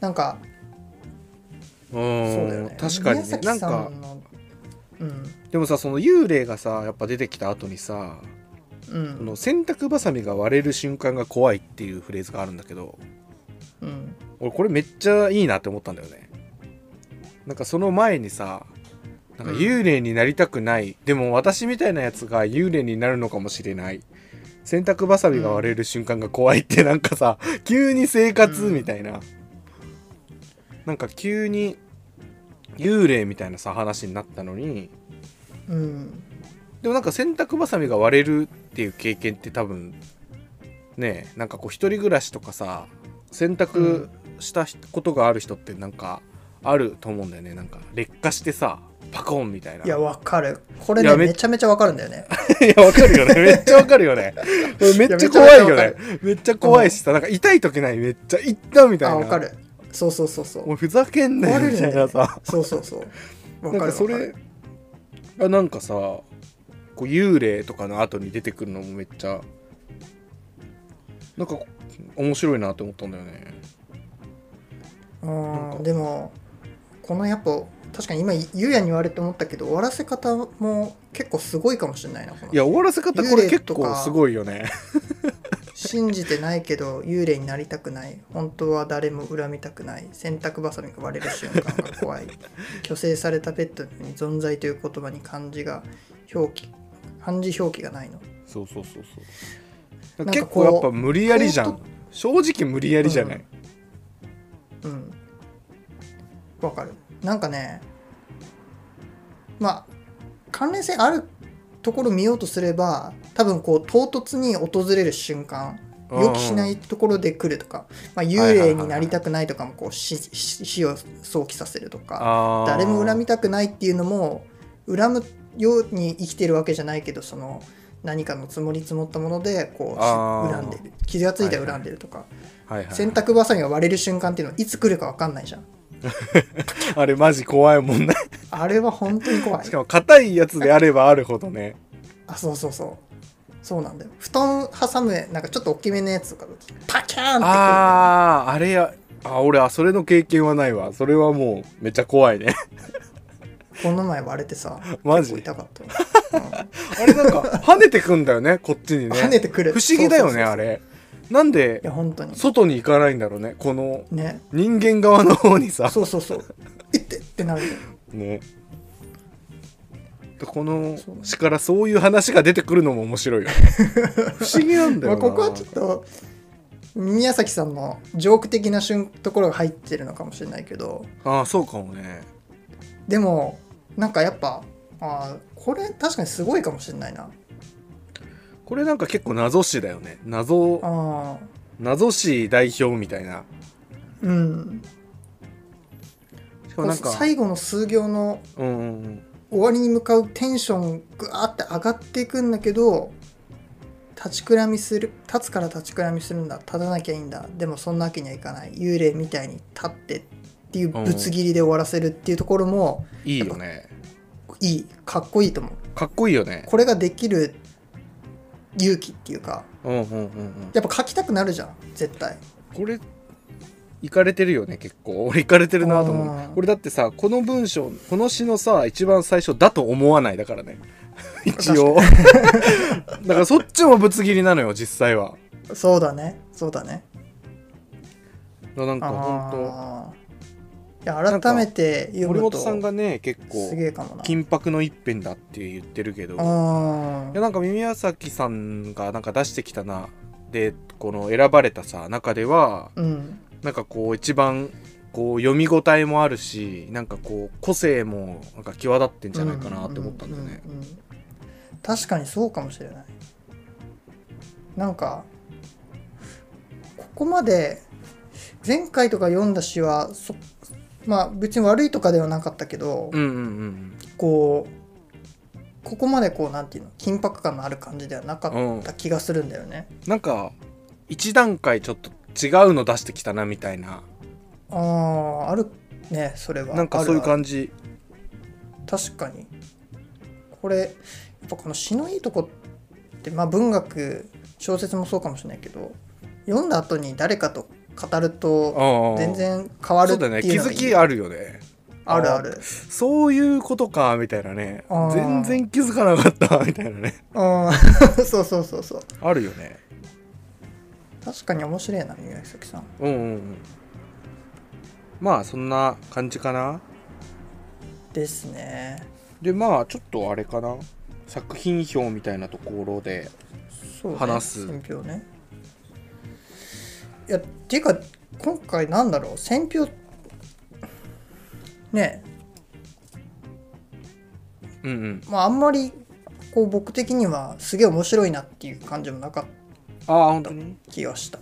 [SPEAKER 1] なんか
[SPEAKER 2] う
[SPEAKER 1] そう
[SPEAKER 2] ーん
[SPEAKER 1] だよね
[SPEAKER 2] 確かに
[SPEAKER 1] 宮
[SPEAKER 2] ね
[SPEAKER 1] 崎
[SPEAKER 2] なん
[SPEAKER 1] さ
[SPEAKER 2] か
[SPEAKER 1] んのうん
[SPEAKER 2] でもさその幽霊がさやっぱ出てきた後にさ
[SPEAKER 1] う
[SPEAKER 2] 「そ
[SPEAKER 1] ん
[SPEAKER 2] の洗濯ばさみが割れる瞬間が怖い」っていうフレーズがあるんだけど
[SPEAKER 1] うん
[SPEAKER 2] 俺これめっちゃいいなって思ったんだよねなんかその前にさなんか
[SPEAKER 1] うん
[SPEAKER 2] 幽霊になりたくない、でも私みたいなやつが幽霊になるのかもしれない洗濯ばさみが割れる瞬間が怖いってなんかさ急に生活みたいな、なんか急に幽霊みたいなさ話になったのに
[SPEAKER 1] うん
[SPEAKER 2] でもなんか洗濯ばさみが割れるっていう経験って多分ねえなんかこう一人暮らしとかさ洗濯したひことがある人ってなんかあると思うんだよねなんか劣化してさパコンみたいない *laughs*
[SPEAKER 1] やわかるこれ
[SPEAKER 2] いや
[SPEAKER 1] ね
[SPEAKER 2] め
[SPEAKER 1] めちゃめちゃわかるんだよね
[SPEAKER 2] いやわかるよ
[SPEAKER 1] *laughs*
[SPEAKER 2] ねめっちゃわかるよねこれめっちゃ怖いよ
[SPEAKER 1] いやめちゃめちゃわ
[SPEAKER 2] ね
[SPEAKER 1] か
[SPEAKER 2] めっちゃ怖いしさなんか痛い時ないめっちゃ痛っみたい
[SPEAKER 1] あ
[SPEAKER 2] な
[SPEAKER 1] わかるそうそうそうそう
[SPEAKER 2] もうふざけんなよ
[SPEAKER 1] 壊れ
[SPEAKER 2] み
[SPEAKER 1] るんだ
[SPEAKER 2] たい
[SPEAKER 1] よ
[SPEAKER 2] な
[SPEAKER 1] ね
[SPEAKER 2] さ
[SPEAKER 1] そうそうそうわ
[SPEAKER 2] なん
[SPEAKER 1] か
[SPEAKER 2] か
[SPEAKER 1] る
[SPEAKER 2] そ
[SPEAKER 1] わかる
[SPEAKER 2] れあなんかさこう幽霊とかの後に出てくるのもめっちゃなんか面白いなって思ったんだよねなん
[SPEAKER 1] う
[SPEAKER 2] か
[SPEAKER 1] んでもこのやっぱ確かに今ゆうやに言われて思ったけど終わらせ方も結構すごいかもしれないなこの
[SPEAKER 2] いや終わらせ方これ結構すごい
[SPEAKER 1] *laughs*
[SPEAKER 2] よね
[SPEAKER 1] 信じてないけど幽霊になりたくない本当は誰も恨みたくない洗濯ばさみが割れる瞬間が怖
[SPEAKER 2] *laughs*
[SPEAKER 1] い虚勢されたペットに存在という言葉に漢字が表記漢字表記がないの
[SPEAKER 2] そうそうそうそ
[SPEAKER 1] な
[SPEAKER 2] う
[SPEAKER 1] んか
[SPEAKER 2] 結構やっぱ無理やりじゃ
[SPEAKER 1] こ
[SPEAKER 2] ん正直無理やりじゃない、
[SPEAKER 1] うんわかるなんかねまあ関連性あるところ見ようとすれば多分こう唐突に訪れる瞬間
[SPEAKER 2] うん
[SPEAKER 1] 予期しないところで来るとか、まあ、幽霊になりたくないとかもこう死死死を想起させるとか
[SPEAKER 2] あー
[SPEAKER 1] 誰も恨みたくないっていうのも恨むように生きてるわけじゃないけどその何かの積もり積もったものでこ
[SPEAKER 2] あ
[SPEAKER 1] う
[SPEAKER 2] ー
[SPEAKER 1] 恨んでる気がついて恨んでるとか、
[SPEAKER 2] はいはい
[SPEAKER 1] 洗濯ばさみが割れる瞬間っていうのはいつ来るか分かんないじゃん
[SPEAKER 2] あれマジ怖いもんな *laughs*
[SPEAKER 1] あれは本当に怖い
[SPEAKER 2] しかも硬いやつであればあるほどね
[SPEAKER 1] あそうそうそうそうなんだよ布団挟むなんかちょっと大きめのやつとかパキャーンってくるんだよ
[SPEAKER 2] あああれやあ俺はそれの経験はないわそれはもうめっちゃ怖いね
[SPEAKER 1] この前割れてさ
[SPEAKER 2] マジ
[SPEAKER 1] 結構痛かったよ、うん
[SPEAKER 2] あれなんか跳ねてくんだ
[SPEAKER 1] *laughs*
[SPEAKER 2] よねこっちにね
[SPEAKER 1] 跳ねてくる
[SPEAKER 2] 不思議だよ
[SPEAKER 1] そうそうそう
[SPEAKER 2] ね
[SPEAKER 1] そう
[SPEAKER 2] あれなんで
[SPEAKER 1] いや本当に
[SPEAKER 2] 外に行かないんだろうねこの
[SPEAKER 1] ね
[SPEAKER 2] 人間側の方にさ
[SPEAKER 1] そうそうそういってってなるんだよ
[SPEAKER 2] ねでこの
[SPEAKER 1] そう
[SPEAKER 2] 詩からそういう話が出てくるのも面白
[SPEAKER 1] *laughs*
[SPEAKER 2] いよ、ね、不思議なんだ
[SPEAKER 1] ま
[SPEAKER 2] よ
[SPEAKER 1] あ、
[SPEAKER 2] な、
[SPEAKER 1] ここはちょっと宮崎さんのジョーク的な瞬ところが入ってるのかもしれないけど
[SPEAKER 2] ああそうかもね
[SPEAKER 1] でもなんかやっぱあーこれ確かにすごいかもしれないな
[SPEAKER 2] これなんか結構謎詩だよね謎
[SPEAKER 1] あー
[SPEAKER 2] 謎詩代表みたいな
[SPEAKER 1] うん
[SPEAKER 2] しかもなんか
[SPEAKER 1] 最後の数行の
[SPEAKER 2] うんうんうん
[SPEAKER 1] 終わりに向かうテンションぐわーって上がっていくんだけど立ちくらみする立つから立ちくらみするんだ立たなきゃいいんだでもそんなわけにはいかない幽霊みたいに立ってっていうぶつ切りで終わらせるっていうところも
[SPEAKER 2] いいよね
[SPEAKER 1] いいかっこいいと思う
[SPEAKER 2] かっこいいよね
[SPEAKER 1] これができる勇気っていうか
[SPEAKER 2] うんうんうんうん
[SPEAKER 1] やっぱ書きたくなるじゃん絶対
[SPEAKER 2] これいかれてるよね結構俺いかれてるなと
[SPEAKER 1] あ
[SPEAKER 2] 思う
[SPEAKER 1] ー
[SPEAKER 2] これだってさこの文章この詩のさ一番最初だと思わないだから
[SPEAKER 1] *laughs*
[SPEAKER 2] ね一応だからそっちもぶつ切りなのよ実際は
[SPEAKER 1] そうだねそうだね
[SPEAKER 2] だからなんか本
[SPEAKER 1] あーいや改めて
[SPEAKER 2] 当
[SPEAKER 1] 読
[SPEAKER 2] 森
[SPEAKER 1] む
[SPEAKER 2] 本
[SPEAKER 1] と
[SPEAKER 2] さんがね結構
[SPEAKER 1] すげえかもな
[SPEAKER 2] 緊迫の一辺だって言ってるけど
[SPEAKER 1] あ
[SPEAKER 2] いやなんか宮崎さんがなんか出してきたなでこの選ばれたさ中では
[SPEAKER 1] ーうん
[SPEAKER 2] なんかこう一番こう読み応えもあるしなんかこう個性もなんか際立ってんじゃないかなって思ったんだよね
[SPEAKER 1] う。ううんうん確かにそうかもしれないなんかここまで前回とか読んだ詩はそまあ別に悪いとかではなかったけど、
[SPEAKER 2] うんうん
[SPEAKER 1] こうここまでこうなんていうの緊迫感のある感じではなかった気がするんだよね。
[SPEAKER 2] なんか一段階ちょっと違うの出してきたなみたいな
[SPEAKER 1] あああるねそれは。
[SPEAKER 2] なんかそういう感じ
[SPEAKER 1] あるある確かにこれやっぱこの詩のいいとこって、まあ、文学小説もそうかもしれないけど読んだ後に誰かと語ると
[SPEAKER 2] うん
[SPEAKER 1] 全然変わる
[SPEAKER 2] そ
[SPEAKER 1] っ
[SPEAKER 2] う
[SPEAKER 1] てい
[SPEAKER 2] だ
[SPEAKER 1] うのが
[SPEAKER 2] ね
[SPEAKER 1] いい
[SPEAKER 2] 気づきあるよね
[SPEAKER 1] あるある。
[SPEAKER 2] そういうことかみたいなね
[SPEAKER 1] あー
[SPEAKER 2] 全然気づかなかったみたいなね
[SPEAKER 1] うん *laughs* そうそうそうそう
[SPEAKER 2] あるよね
[SPEAKER 1] 確かに面白いな宮崎さん
[SPEAKER 2] うんうんうんまあそんな感じかな
[SPEAKER 1] ですね
[SPEAKER 2] でまあちょっとあれかな作品表みたいなところで
[SPEAKER 1] そうね
[SPEAKER 2] 話す
[SPEAKER 1] 選票ねいやっていうか今回なんだろう選票ね
[SPEAKER 2] うんうん
[SPEAKER 1] まああんまりこう僕的にはすげえ面白いなっていう感じもなかっ
[SPEAKER 2] ああ本当に
[SPEAKER 1] た気がした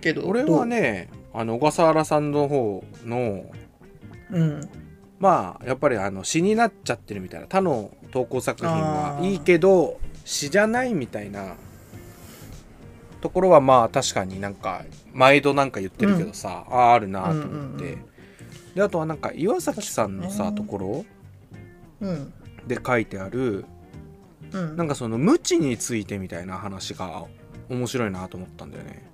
[SPEAKER 1] けど
[SPEAKER 2] 俺はねあの小笠原さんの方の
[SPEAKER 1] どううん
[SPEAKER 2] まあやっぱりあの詩になっちゃってるみたいな他の投稿作品は
[SPEAKER 1] あー
[SPEAKER 2] いいけど詩じゃないみたいなところはまあ確かになんか毎度なんか言ってるけどさ、あああるなと思って、
[SPEAKER 1] うんうん
[SPEAKER 2] であとはなんか岩崎さんの
[SPEAKER 1] 確か
[SPEAKER 2] さ、と
[SPEAKER 1] にね
[SPEAKER 2] ころ
[SPEAKER 1] うん
[SPEAKER 2] で書いてある
[SPEAKER 1] うん
[SPEAKER 2] なんかその無知についてみたいな話が面白いなと思ったんだよね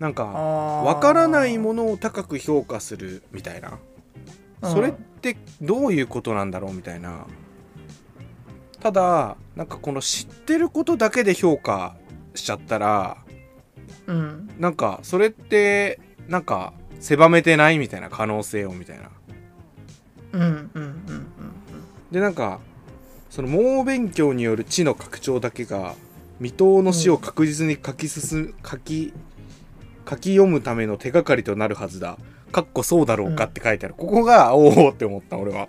[SPEAKER 2] なんかわ
[SPEAKER 1] わ
[SPEAKER 2] からないものを高く評価するみたいなそれってどういうことなんだろうみたいなただなんかこの知ってることだけで評価しちゃったら
[SPEAKER 1] うん
[SPEAKER 2] なんかそれってなんか狭めてないみたいな可能性をみたいな
[SPEAKER 1] うんうんうんうん
[SPEAKER 2] でなんかその猛勉強による知の拡張だけが未踏の詩を確実に書き進む書き書き読むための手がかりとなるはずだかっこそうだろうかって書いてある、ここがおおって思った俺は、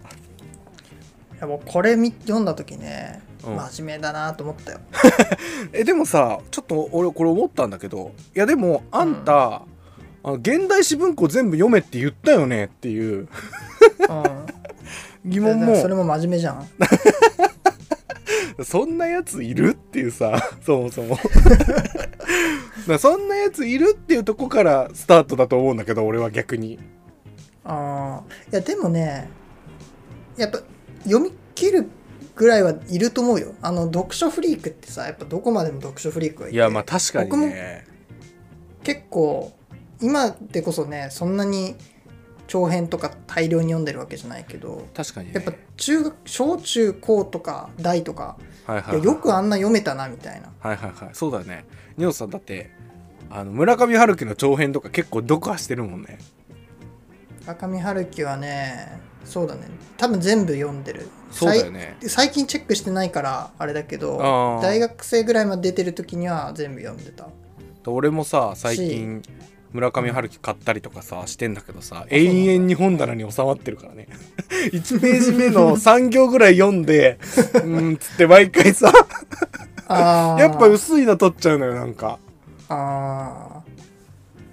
[SPEAKER 1] うんいやもうこれ見読んだ時ね、
[SPEAKER 2] うん
[SPEAKER 1] 真面目だなと思っ
[SPEAKER 2] *laughs*
[SPEAKER 1] たよ
[SPEAKER 2] えでもさちょっと俺これ思ったんだけどいやでもあんた、あの現代史文庫全部読めって言ったよねっていう
[SPEAKER 1] う
[SPEAKER 2] 疑
[SPEAKER 1] ん、
[SPEAKER 2] 問
[SPEAKER 1] いやでもそれ
[SPEAKER 2] も
[SPEAKER 1] も真面目じゃん
[SPEAKER 2] そんなやついるっていうさ *laughs* そもそもだからそんなやついるっていうとこからスタートだと思うんだけど俺は逆に
[SPEAKER 1] あーいやでもねやっぱ読み切るぐらいはいると思うよあの読書フリークってさやっぱどこまでも読書フリークはい
[SPEAKER 2] い
[SPEAKER 1] て
[SPEAKER 2] やまあ確かに
[SPEAKER 1] 僕も
[SPEAKER 2] ね
[SPEAKER 1] 結構今でこそねそんなに長編とか大量に読んでるわけじゃないけど
[SPEAKER 2] 確かにね
[SPEAKER 1] やっぱ中学小中高とか大とか
[SPEAKER 2] はいは
[SPEAKER 1] いや
[SPEAKER 2] いはい
[SPEAKER 1] よくあんな読めたなみたいな
[SPEAKER 2] はいはいはいそうだねニオさんだってあの村上春樹の長編とか結構読破してるもんね
[SPEAKER 1] 赤見春樹はねそうだね多分全部読んでる
[SPEAKER 2] そうだよね
[SPEAKER 1] で最近チェックしてないからあれだけど
[SPEAKER 2] あー
[SPEAKER 1] 大学生ぐらいまで出てる時には全部読んでた
[SPEAKER 2] 俺もさ最近村上春樹買ったりとかさしてんだけどさ永遠に本棚に収まって
[SPEAKER 1] *laughs*
[SPEAKER 2] るからね1ページ目の3行ぐらい読んでうーんつって毎回さ
[SPEAKER 1] あー
[SPEAKER 2] *laughs* やっぱ薄いの取っちゃうのよなんか
[SPEAKER 1] あ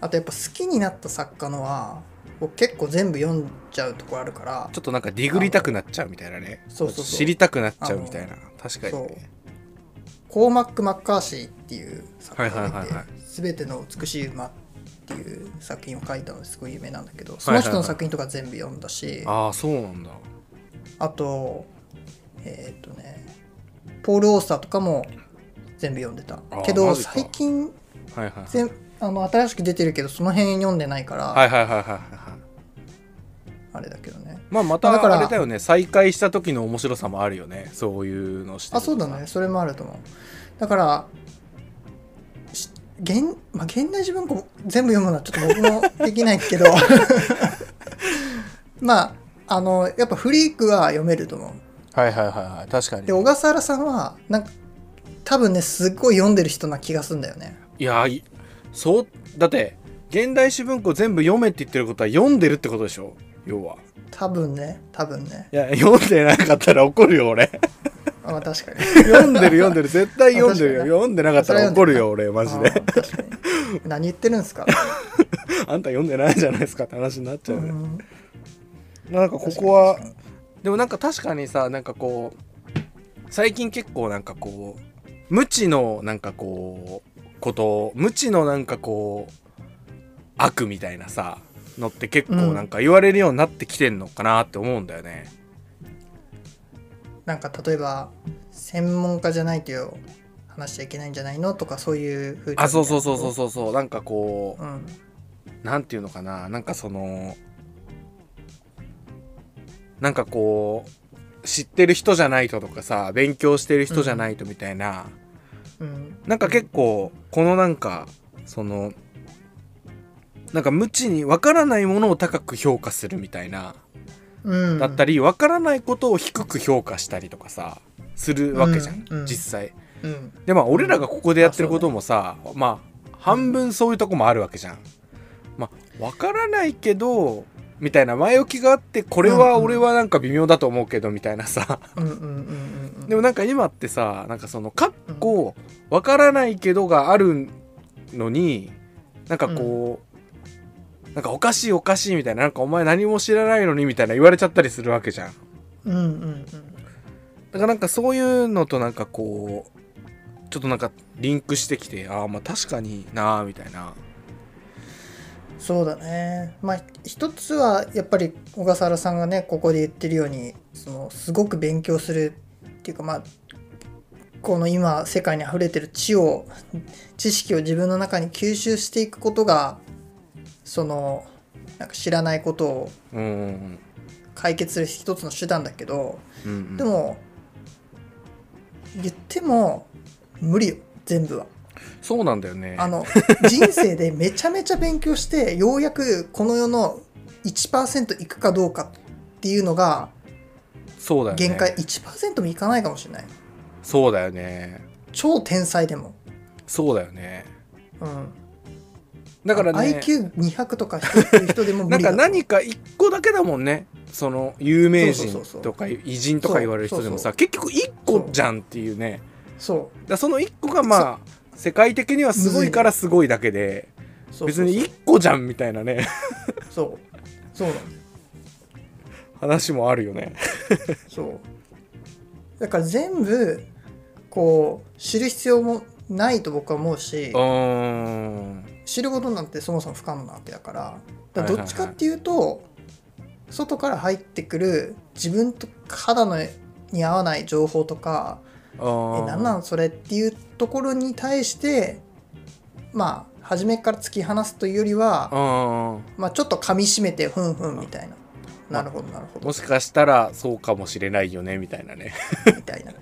[SPEAKER 1] ーあとやっぱ好きになった作家のは僕結構全部読んじゃうとこあるから
[SPEAKER 2] ちょっとなんかディグりたくなっちゃうみたいなね
[SPEAKER 1] そうそうそう
[SPEAKER 2] ちょっと知りたくなっちゃうみたいな確かに
[SPEAKER 1] そう
[SPEAKER 2] ね
[SPEAKER 1] コーマック・マッカーシーっていう作家が
[SPEAKER 2] はい
[SPEAKER 1] い
[SPEAKER 2] はい
[SPEAKER 1] て
[SPEAKER 2] はいはい
[SPEAKER 1] 「すべての美しい馬」っていう作品を書いたのですごい有名なんだけどそ
[SPEAKER 2] はいはい
[SPEAKER 1] の
[SPEAKER 2] は
[SPEAKER 1] 人の
[SPEAKER 2] い
[SPEAKER 1] 作品とか全部読んだし、
[SPEAKER 2] ああそうなんだ
[SPEAKER 1] あとえーっとねポール・オースターとかも全部読んでた
[SPEAKER 2] あー
[SPEAKER 1] けど
[SPEAKER 2] マジか
[SPEAKER 1] 最近
[SPEAKER 2] はいはいはい
[SPEAKER 1] 全あの新しく出てるけどその辺読んでないから、
[SPEAKER 2] はいはいはいはいはい
[SPEAKER 1] あれだけどね
[SPEAKER 2] まあま
[SPEAKER 1] まあだか
[SPEAKER 2] た
[SPEAKER 1] ら
[SPEAKER 2] あれだよね再会した時の面白さもあるよねそういうのして
[SPEAKER 1] あ
[SPEAKER 2] ると
[SPEAKER 1] そうだねそれもあると思うだからし現,、まあ、現代自分庫全部読むのはちょっと僕もできない
[SPEAKER 2] *laughs*
[SPEAKER 1] けどまああのやっぱフリークは読めると思う
[SPEAKER 2] はいはいはいはい確かに
[SPEAKER 1] で小笠原さんはなんか多分ねすっごい読んでる人な気がするんだよね
[SPEAKER 2] いやーいそうだって現代史文庫全部読めって言ってることは読んでるってことでしょ要は
[SPEAKER 1] 多分ね多分ね
[SPEAKER 2] いや読んでなかったら怒る
[SPEAKER 1] *laughs*
[SPEAKER 2] よ俺
[SPEAKER 1] あまあ確かに
[SPEAKER 2] 読んでる読んでる絶対読んで
[SPEAKER 1] あ確か
[SPEAKER 2] るよ
[SPEAKER 1] に
[SPEAKER 2] 読んでなかったら怒るよ *laughs* 俺マジ
[SPEAKER 1] あ
[SPEAKER 2] で
[SPEAKER 1] ー確かに何言ってるん
[SPEAKER 2] *laughs*
[SPEAKER 1] ですか、
[SPEAKER 2] あんた読んでないじゃないですかって話になっち
[SPEAKER 1] う
[SPEAKER 2] ゃうよね、
[SPEAKER 1] ん
[SPEAKER 2] なんかここはでもなんか確かにさなんかこう最近結構なんかこう無知のなんかこうこと無知のなんかこう悪みたいなさのって結構なんか言われるようになってきてんのかなって思うんだよね。
[SPEAKER 1] なんか例えば専門家じゃないと話しちゃいけないんじゃないのとかそういう風
[SPEAKER 2] あそうそうそうそうそうそうなんかこう
[SPEAKER 1] うん
[SPEAKER 2] なんていうのかななんかそのなんかこう知ってる人じゃないととかさ勉強してる人じゃないとみたいな、
[SPEAKER 1] うん
[SPEAKER 2] なんか結構このなんかそのなんか無知にわからないものを高く評価するみたいな、
[SPEAKER 1] うん
[SPEAKER 2] だった
[SPEAKER 1] り
[SPEAKER 2] りわからないことを低く評価したりとかさするわけじゃん、
[SPEAKER 1] うんうん
[SPEAKER 2] 実際。
[SPEAKER 1] うん
[SPEAKER 2] でまあ俺らがここでやってることもさ、まあ半分そういうとこもあるわけじゃん。まあ分からないけどみたいな前置きがあってこれ
[SPEAKER 1] う
[SPEAKER 2] は
[SPEAKER 1] んうん
[SPEAKER 2] 俺はなんか微妙だと思うけどみたいなさ *laughs*
[SPEAKER 1] うんうんうんうんうん
[SPEAKER 2] でもなんか今ってさなんかその「かっこ分からないけど」があるのになんかこう、なんかおかしいおかしいみたいななんかお前何も知らないのにみたいな言われちゃったりするわけじゃん。
[SPEAKER 1] うんうんうん
[SPEAKER 2] だからなんかそういうのとなんかこうちょっとなんかリンクしてきてああまあ確かになあみたいな
[SPEAKER 1] そうだねまあ一つはやっぱり小笠原さんがねここで言ってるようにそのすごく勉強するっていうかまあこの今世界に溢れてる知を知識を自分の中に吸収していくことがそのなんか知らないことを
[SPEAKER 2] うんうん
[SPEAKER 1] 解決する一つの手段だけど
[SPEAKER 2] うんうん
[SPEAKER 1] でも言っても無理よ全部は。
[SPEAKER 2] そうなんだよね
[SPEAKER 1] あの人生でめちゃめちゃ勉強
[SPEAKER 2] *laughs*
[SPEAKER 1] してようやくこの世の1%いくかどうかっていうのが
[SPEAKER 2] そうだよね
[SPEAKER 1] 限界1%もいかないかもしれない
[SPEAKER 2] そうだよね
[SPEAKER 1] 超天才でも、
[SPEAKER 2] そうだよね
[SPEAKER 1] うん、
[SPEAKER 2] だからね
[SPEAKER 1] IQ200 とか低い人でも無
[SPEAKER 2] なん
[SPEAKER 1] 理だ
[SPEAKER 2] か何か一個だけだもんねその有名
[SPEAKER 1] そ
[SPEAKER 2] 人
[SPEAKER 1] うそうそうそう
[SPEAKER 2] とか偉人とか言われる人でもさ結局一個じゃんっていうね
[SPEAKER 1] そ
[SPEAKER 2] だからその一個がまあ世界的にはすごいからすごいだけで
[SPEAKER 1] うそう
[SPEAKER 2] 別に一個じゃんみたいなね *laughs*
[SPEAKER 1] そうそうそうなの
[SPEAKER 2] 話もあるよね
[SPEAKER 1] そうだから全部こう知る必要もないと僕は思うし
[SPEAKER 2] うーん
[SPEAKER 1] 知ることなんてそもそも不可能なわけだからだか
[SPEAKER 2] はいはいは
[SPEAKER 1] ら
[SPEAKER 2] い
[SPEAKER 1] どっちかっていうと、外から入ってくる自分と肌のに合わない情報とか
[SPEAKER 2] あ
[SPEAKER 1] 「
[SPEAKER 2] ー
[SPEAKER 1] えなんなんそれ」っていうところに対してまあ初めから突き放すというよりは、
[SPEAKER 2] あ
[SPEAKER 1] まあ、ちょっと噛みしめてふんふんみたいな、なるほどなるほ
[SPEAKER 2] ー
[SPEAKER 1] ど
[SPEAKER 2] もしかしたらそうかもしれないよねみたいなね
[SPEAKER 1] みたいなち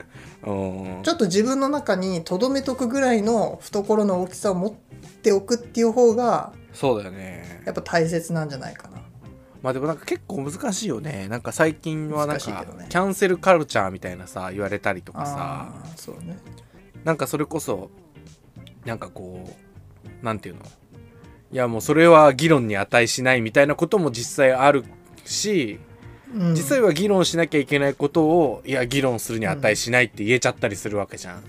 [SPEAKER 2] うん
[SPEAKER 1] ょっと自分の中にとどめとくぐらいの懐の大きさを持っておくっていう方が
[SPEAKER 2] そうだよね
[SPEAKER 1] やっぱ大切なんじゃないかな。
[SPEAKER 2] まあでもなんか結構難しいよねなんか最近はなん
[SPEAKER 1] 難しい
[SPEAKER 2] か
[SPEAKER 1] けどね
[SPEAKER 2] キャンセルカルチャーみたいなさ言われたりとかさ
[SPEAKER 1] あーそうね
[SPEAKER 2] なんかそれこそなんかこうなんていうのいやもうそれは議論に値しないみたいなことも実際あるし
[SPEAKER 1] うん
[SPEAKER 2] 実際は議論しなきゃいけないことをいや議論するに値しないって言えちゃったりするわけじゃん。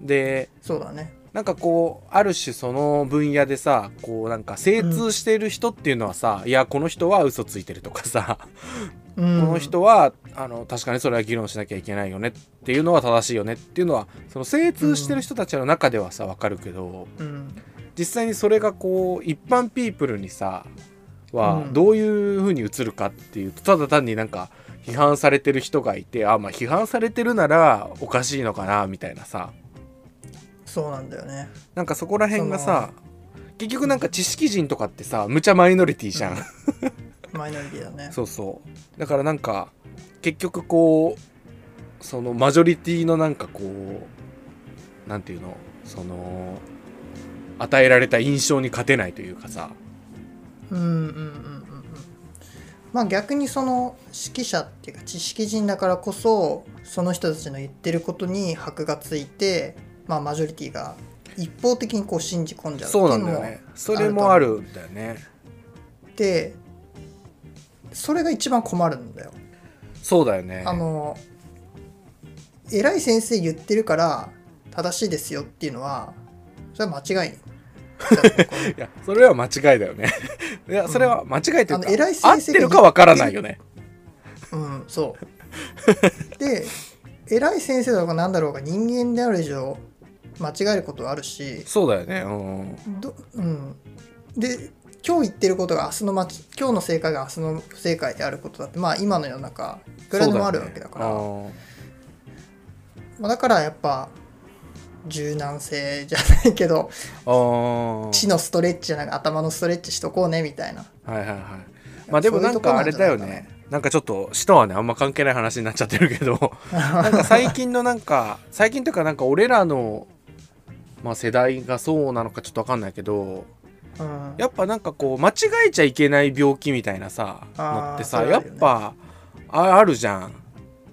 [SPEAKER 2] で
[SPEAKER 1] そうだね
[SPEAKER 2] なんかこうある種その分野でさこうなんか精通している人っていうのはさ、いやこの人は嘘ついてるとかさ、
[SPEAKER 1] こ
[SPEAKER 2] この人はあの確かにそれは議論しなきゃいけないよねっていうのは正しいよねっていうのはその精通してる人たちの中ではさわかるけど
[SPEAKER 1] うん
[SPEAKER 2] 実際にそれがこう一般ピープルにさは
[SPEAKER 1] うん
[SPEAKER 2] どういう風に映るかっていうとただ単になんか批判されてる人がいてあまあ批判されてるならおかしいのかなみたいなさ
[SPEAKER 1] そうなんだよね
[SPEAKER 2] なんかそこら辺がさ結局なんか知識人とかってさむちゃマイノリティじゃん、
[SPEAKER 1] うマイノリティだね
[SPEAKER 2] *laughs* そうそうだからなんか結局こうそのマジョリティのなんかこうなんていうのその与えられた印象に勝てないというかさ
[SPEAKER 1] うんうんうんうんうんまあ逆にその指揮者っていうか知識人だからこそその人たちの言ってることに箔がついてまあマジョリティが一方的にこう信じ込んじゃうってい
[SPEAKER 2] そう
[SPEAKER 1] う
[SPEAKER 2] な
[SPEAKER 1] の
[SPEAKER 2] んだよ
[SPEAKER 1] も
[SPEAKER 2] ねそれもあるんだよね
[SPEAKER 1] でそれが一番困るんだよ
[SPEAKER 2] そうだよね
[SPEAKER 1] あの偉い先生言ってるから正しいですよっていうのはそれは間
[SPEAKER 2] *laughs*
[SPEAKER 1] 違い
[SPEAKER 2] いやそれは間違いだよね *laughs* いやそれは間違いという
[SPEAKER 1] あ
[SPEAKER 2] か、
[SPEAKER 1] の偉い
[SPEAKER 2] 合
[SPEAKER 1] 先生
[SPEAKER 2] って
[SPEAKER 1] が
[SPEAKER 2] るかわからないよね
[SPEAKER 1] うんそうで偉い先生だろうが何だろうが人間である以上間違えることはあるし
[SPEAKER 2] そうだよねうん
[SPEAKER 1] ど、うん、で今日言ってることが明日のまち今日の正解が明日の不正解であることだってまあ今の世の中いくらでもあるわけだから
[SPEAKER 2] そ
[SPEAKER 1] だ,、
[SPEAKER 2] うよね
[SPEAKER 1] まあ、だからやっぱ柔軟性じゃないけど
[SPEAKER 2] あーあ
[SPEAKER 1] 地
[SPEAKER 2] ー
[SPEAKER 1] のストレッチじゃなく頭のストレッチしとこうねみたいな
[SPEAKER 2] はいはいはいまあでもなんかあれだよ
[SPEAKER 1] そういうと
[SPEAKER 2] ねなんかちょっと死とはねあんま関係ない話になっちゃってるけ
[SPEAKER 1] *laughs*
[SPEAKER 2] どなんか最近のなんか最近というかなんか俺らの、まあ、世代がそうなのかちょっと分かんないけど
[SPEAKER 1] うん、
[SPEAKER 2] やっぱなんかこう間違えちゃいけない病気みたいなさ
[SPEAKER 1] あー
[SPEAKER 2] のってさ、
[SPEAKER 1] それあ
[SPEAKER 2] やっ
[SPEAKER 1] るよね
[SPEAKER 2] ぱああるじゃん。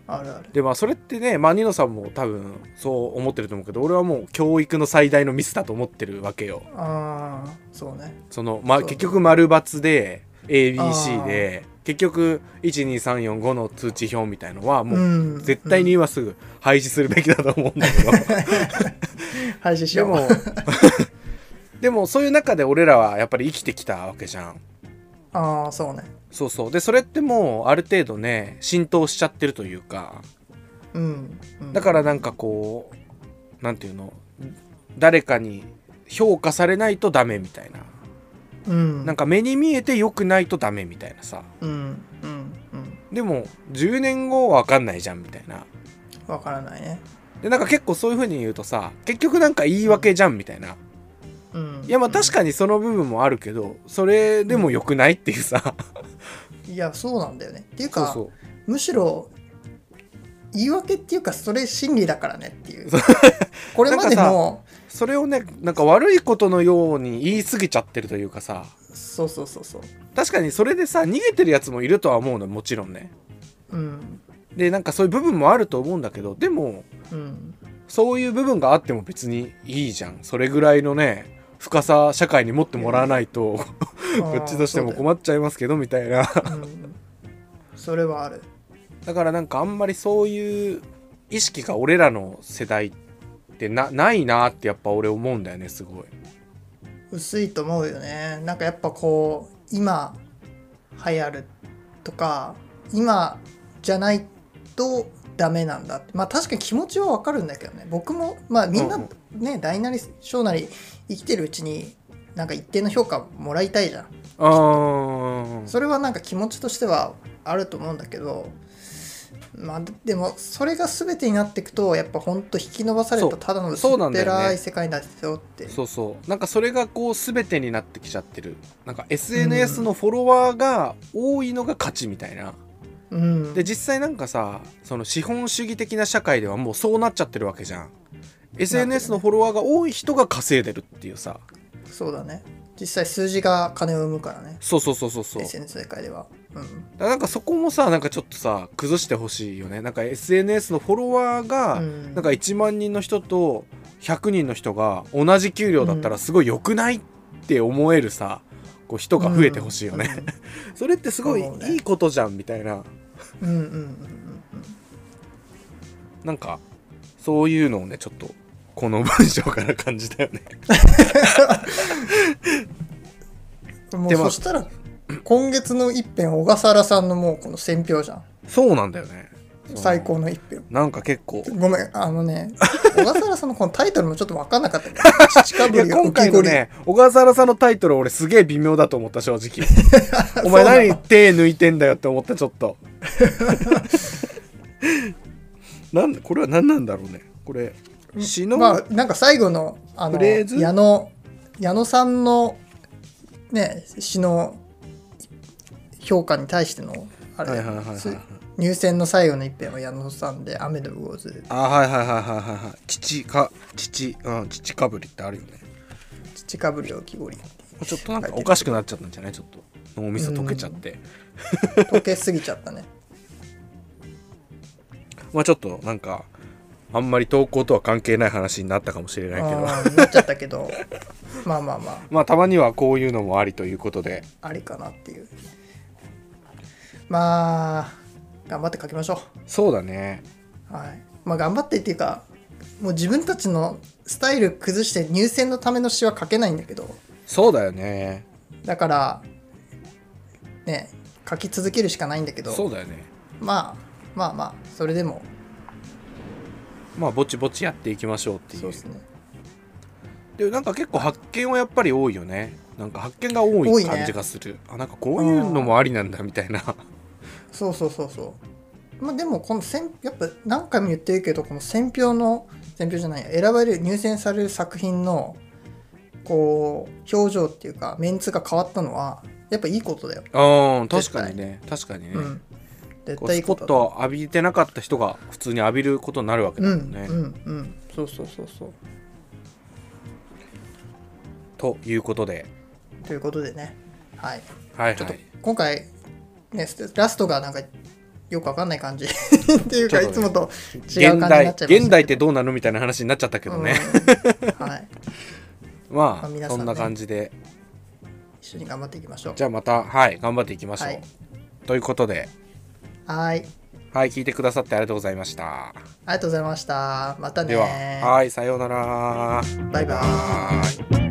[SPEAKER 1] あるある
[SPEAKER 2] でまあそれってね、まあ、ニノさんも多分そう思ってると思うけど俺はもう教育の最大のミスだと思ってるわけよ。
[SPEAKER 1] ああそうね
[SPEAKER 2] その、まあ、
[SPEAKER 1] そう
[SPEAKER 2] 結局丸×で ABC
[SPEAKER 1] あー
[SPEAKER 2] で結局12345の通知表みたいのはもう
[SPEAKER 1] うん
[SPEAKER 2] 絶対に今すぐ廃止するべきだと思うんだけど。
[SPEAKER 1] うん廃止し
[SPEAKER 2] で
[SPEAKER 1] よう
[SPEAKER 2] も *laughs* でもそういう中で俺らはやっぱり生きてきたわけじゃん。
[SPEAKER 1] ああそうね
[SPEAKER 2] そうそうでそれってもうある程度ね浸透しちゃってるというか
[SPEAKER 1] うん、うん、
[SPEAKER 2] だからなんかこうなんていうの誰かに評価されないとダメみたいな、
[SPEAKER 1] うん
[SPEAKER 2] なんか目に見えて良くないとダメみたいなさ
[SPEAKER 1] うんうんうん
[SPEAKER 2] でも10年後は分かんないじゃんみたいな
[SPEAKER 1] わからないね
[SPEAKER 2] でなんか結構そういう風に言うとさ結局なんか言い訳じゃんみたいな、
[SPEAKER 1] うん
[SPEAKER 2] いやまあ確かにその部分もあるけどそれでも良くないっていうさ、
[SPEAKER 1] いやそうなんだよねっていう
[SPEAKER 2] そう
[SPEAKER 1] か
[SPEAKER 2] そう
[SPEAKER 1] むしろ言い訳っていうかそれ真理だからねっていう
[SPEAKER 2] そう
[SPEAKER 1] これまでも
[SPEAKER 2] *laughs* それをねなんか悪いことのように言い過ぎちゃってるというかさ
[SPEAKER 1] そうそうそうそう
[SPEAKER 2] 確かにそれでさ逃げてるやつもいるとは思うのもちろんね
[SPEAKER 1] うん
[SPEAKER 2] でなんかそういう部分もあると思うんだけどでも
[SPEAKER 1] うん
[SPEAKER 2] そういう部分があっても別にいいじゃんそれぐらいのね深さ社会に持ってもらわないと *laughs* こっちとしても
[SPEAKER 1] っ
[SPEAKER 2] 困っちゃいますけどみたいな
[SPEAKER 1] た、うんそれはある
[SPEAKER 2] だからなんかあんまりそういう意識が俺らの世代ってなないなってやっぱ俺思うんだよねすごい
[SPEAKER 1] 薄いと思うよねなんかやっぱこう今流行るとか今じゃないとダメなんだってまあ確かに気持ちはわかるんだけどね僕もまあみんな
[SPEAKER 2] うん
[SPEAKER 1] ね、大なり小なり生きてるうちになんか一定の評価もらいたいじゃん
[SPEAKER 2] あー
[SPEAKER 1] それはなんか気持ちとしてはあると思うんだけどまあでもそれが全てになっていくとやっぱほんと引き伸ばされ
[SPEAKER 2] そ
[SPEAKER 1] た
[SPEAKER 2] う
[SPEAKER 1] ただの薄っ
[SPEAKER 2] そうなんだ
[SPEAKER 1] ぺ
[SPEAKER 2] よね
[SPEAKER 1] らい世界になってよって
[SPEAKER 2] そうそうなんかそれがこう全てになってきちゃってるなんか SNS のフォロワーが多いのが勝ちみたいな、
[SPEAKER 1] うん
[SPEAKER 2] で実際なんかさその資本主義的な社会ではもうそうなっちゃってるわけじゃん SNS のフォロワーが多い人が稼いでるっていうさ
[SPEAKER 1] そうだね実際数字が金を生むからね
[SPEAKER 2] そうそうそうそうそう
[SPEAKER 1] SNS 世界ではうん
[SPEAKER 2] だからなんかそこもさなんかちょっとさ崩してほしいよねなんか SNS のフォロワーが、
[SPEAKER 1] うん
[SPEAKER 2] なんか1万人の人と100人の人が同じ給料だったらすごい良くないって思えるさ、こう人が増えてほしいよね、 *laughs* それってすごい
[SPEAKER 1] そうね
[SPEAKER 2] いいことじゃんみたいな、
[SPEAKER 1] うんうんうんうん
[SPEAKER 2] なんかそういうのをねちょっとこの文章から感じたよね
[SPEAKER 1] うんもう
[SPEAKER 2] でも
[SPEAKER 1] そしたら今月の一編小笠原さんのもうこの選票じゃん
[SPEAKER 2] そうなんだよね
[SPEAKER 1] 最高の一票
[SPEAKER 2] なんか結構
[SPEAKER 1] ごめんあの
[SPEAKER 2] *laughs*
[SPEAKER 1] ね小笠原さんのこのタイトルもちょっと分かんなかったけど乳か
[SPEAKER 2] い
[SPEAKER 1] ぶ
[SPEAKER 2] や
[SPEAKER 1] り
[SPEAKER 2] 今回のね小笠原さんのタイトル俺すげえ微妙だと思った正
[SPEAKER 1] *laughs*
[SPEAKER 2] 直お前
[SPEAKER 1] そうなの
[SPEAKER 2] 何手抜いてんだよって思ったちょっ
[SPEAKER 1] *laughs*
[SPEAKER 2] となんこれは何なんだろうねこれ詩の、
[SPEAKER 1] まあなんか最後のあの
[SPEAKER 2] フレーズ
[SPEAKER 1] 矢野矢野さんのね詩の評価に対してのあれ、
[SPEAKER 2] はいはいはいはい
[SPEAKER 1] す入選の最後の一編は矢野さんで「雨の魚津
[SPEAKER 2] あはいはいはいはいはいはい父か父うん父かぶりってあるよね
[SPEAKER 1] 土かぶりを木彫り」
[SPEAKER 2] ちょっとなんかおかしくなっちゃったんじゃないちょっと脳みそ溶けちゃって、
[SPEAKER 1] 溶けすぎちゃった
[SPEAKER 2] *laughs*
[SPEAKER 1] ね
[SPEAKER 2] まあちょっとなんかあんまり投稿とは関係ない話になったかもしれないけど
[SPEAKER 1] あーなっちゃったけどまあまあま
[SPEAKER 2] *laughs* まあたまにはこういうのもありということで
[SPEAKER 1] あありかなっていうまあ頑張って書きましょ
[SPEAKER 2] そうだね
[SPEAKER 1] うはいまあ頑張ってっていうかもう自分たちのスタイル崩して入選のための詩は書けないんだけど
[SPEAKER 2] そうだよね
[SPEAKER 1] だからね書き続けるしかないんだけど
[SPEAKER 2] そうだよね
[SPEAKER 1] まあまあまあそれでも
[SPEAKER 2] まあぼちぼちやっていきましょうっていう
[SPEAKER 1] そうですね
[SPEAKER 2] でなんか結構発見はやっぱり多いよねなんか発見が多
[SPEAKER 1] 多い
[SPEAKER 2] い
[SPEAKER 1] ね
[SPEAKER 2] 感じがする、あなんかこういうのもありなんだみたいな *laughs*
[SPEAKER 1] そうそうそうそうまあでもこの選やっぱ何回も言ってるけどこの選票の選票じゃないや選ばれる入選される作品のこう表情っていうかメンツが変わったのはやっぱいいことだよ、
[SPEAKER 2] うん確かにね確かにね、
[SPEAKER 1] うん絶
[SPEAKER 2] こう
[SPEAKER 1] 対い
[SPEAKER 2] ス
[SPEAKER 1] い
[SPEAKER 2] ポ
[SPEAKER 1] こと
[SPEAKER 2] ットを浴びてなかった人が普通に浴びることになるわけだ
[SPEAKER 1] う
[SPEAKER 2] も
[SPEAKER 1] ん
[SPEAKER 2] んね、
[SPEAKER 1] うんうんそうそうそうそう
[SPEAKER 2] ということで
[SPEAKER 1] ということでねはい
[SPEAKER 2] はい
[SPEAKER 1] ちょっ
[SPEAKER 2] は
[SPEAKER 1] と
[SPEAKER 2] い
[SPEAKER 1] 今回ねスラストがなんかよくわかんない感じ *laughs* っていうか、
[SPEAKER 2] ちょっとね
[SPEAKER 1] いつもと
[SPEAKER 2] 現
[SPEAKER 1] 違う感じに
[SPEAKER 2] 代
[SPEAKER 1] なっちゃいましたけど
[SPEAKER 2] 現代ってどうなのみたいな話になっちゃったけどね、
[SPEAKER 1] うんはい
[SPEAKER 2] ま
[SPEAKER 1] まあ
[SPEAKER 2] あ、
[SPEAKER 1] 皆さ
[SPEAKER 2] そ
[SPEAKER 1] んね
[SPEAKER 2] んな感じで
[SPEAKER 1] 一緒に頑張っていきましょう
[SPEAKER 2] じゃあまたはい頑張っていきましょう、
[SPEAKER 1] はい
[SPEAKER 2] ということで
[SPEAKER 1] はい
[SPEAKER 2] はい聞いてくださってありがとうございました
[SPEAKER 1] ありがとうございましたまたね
[SPEAKER 2] でははいさようなら
[SPEAKER 1] バイバイ
[SPEAKER 2] バイ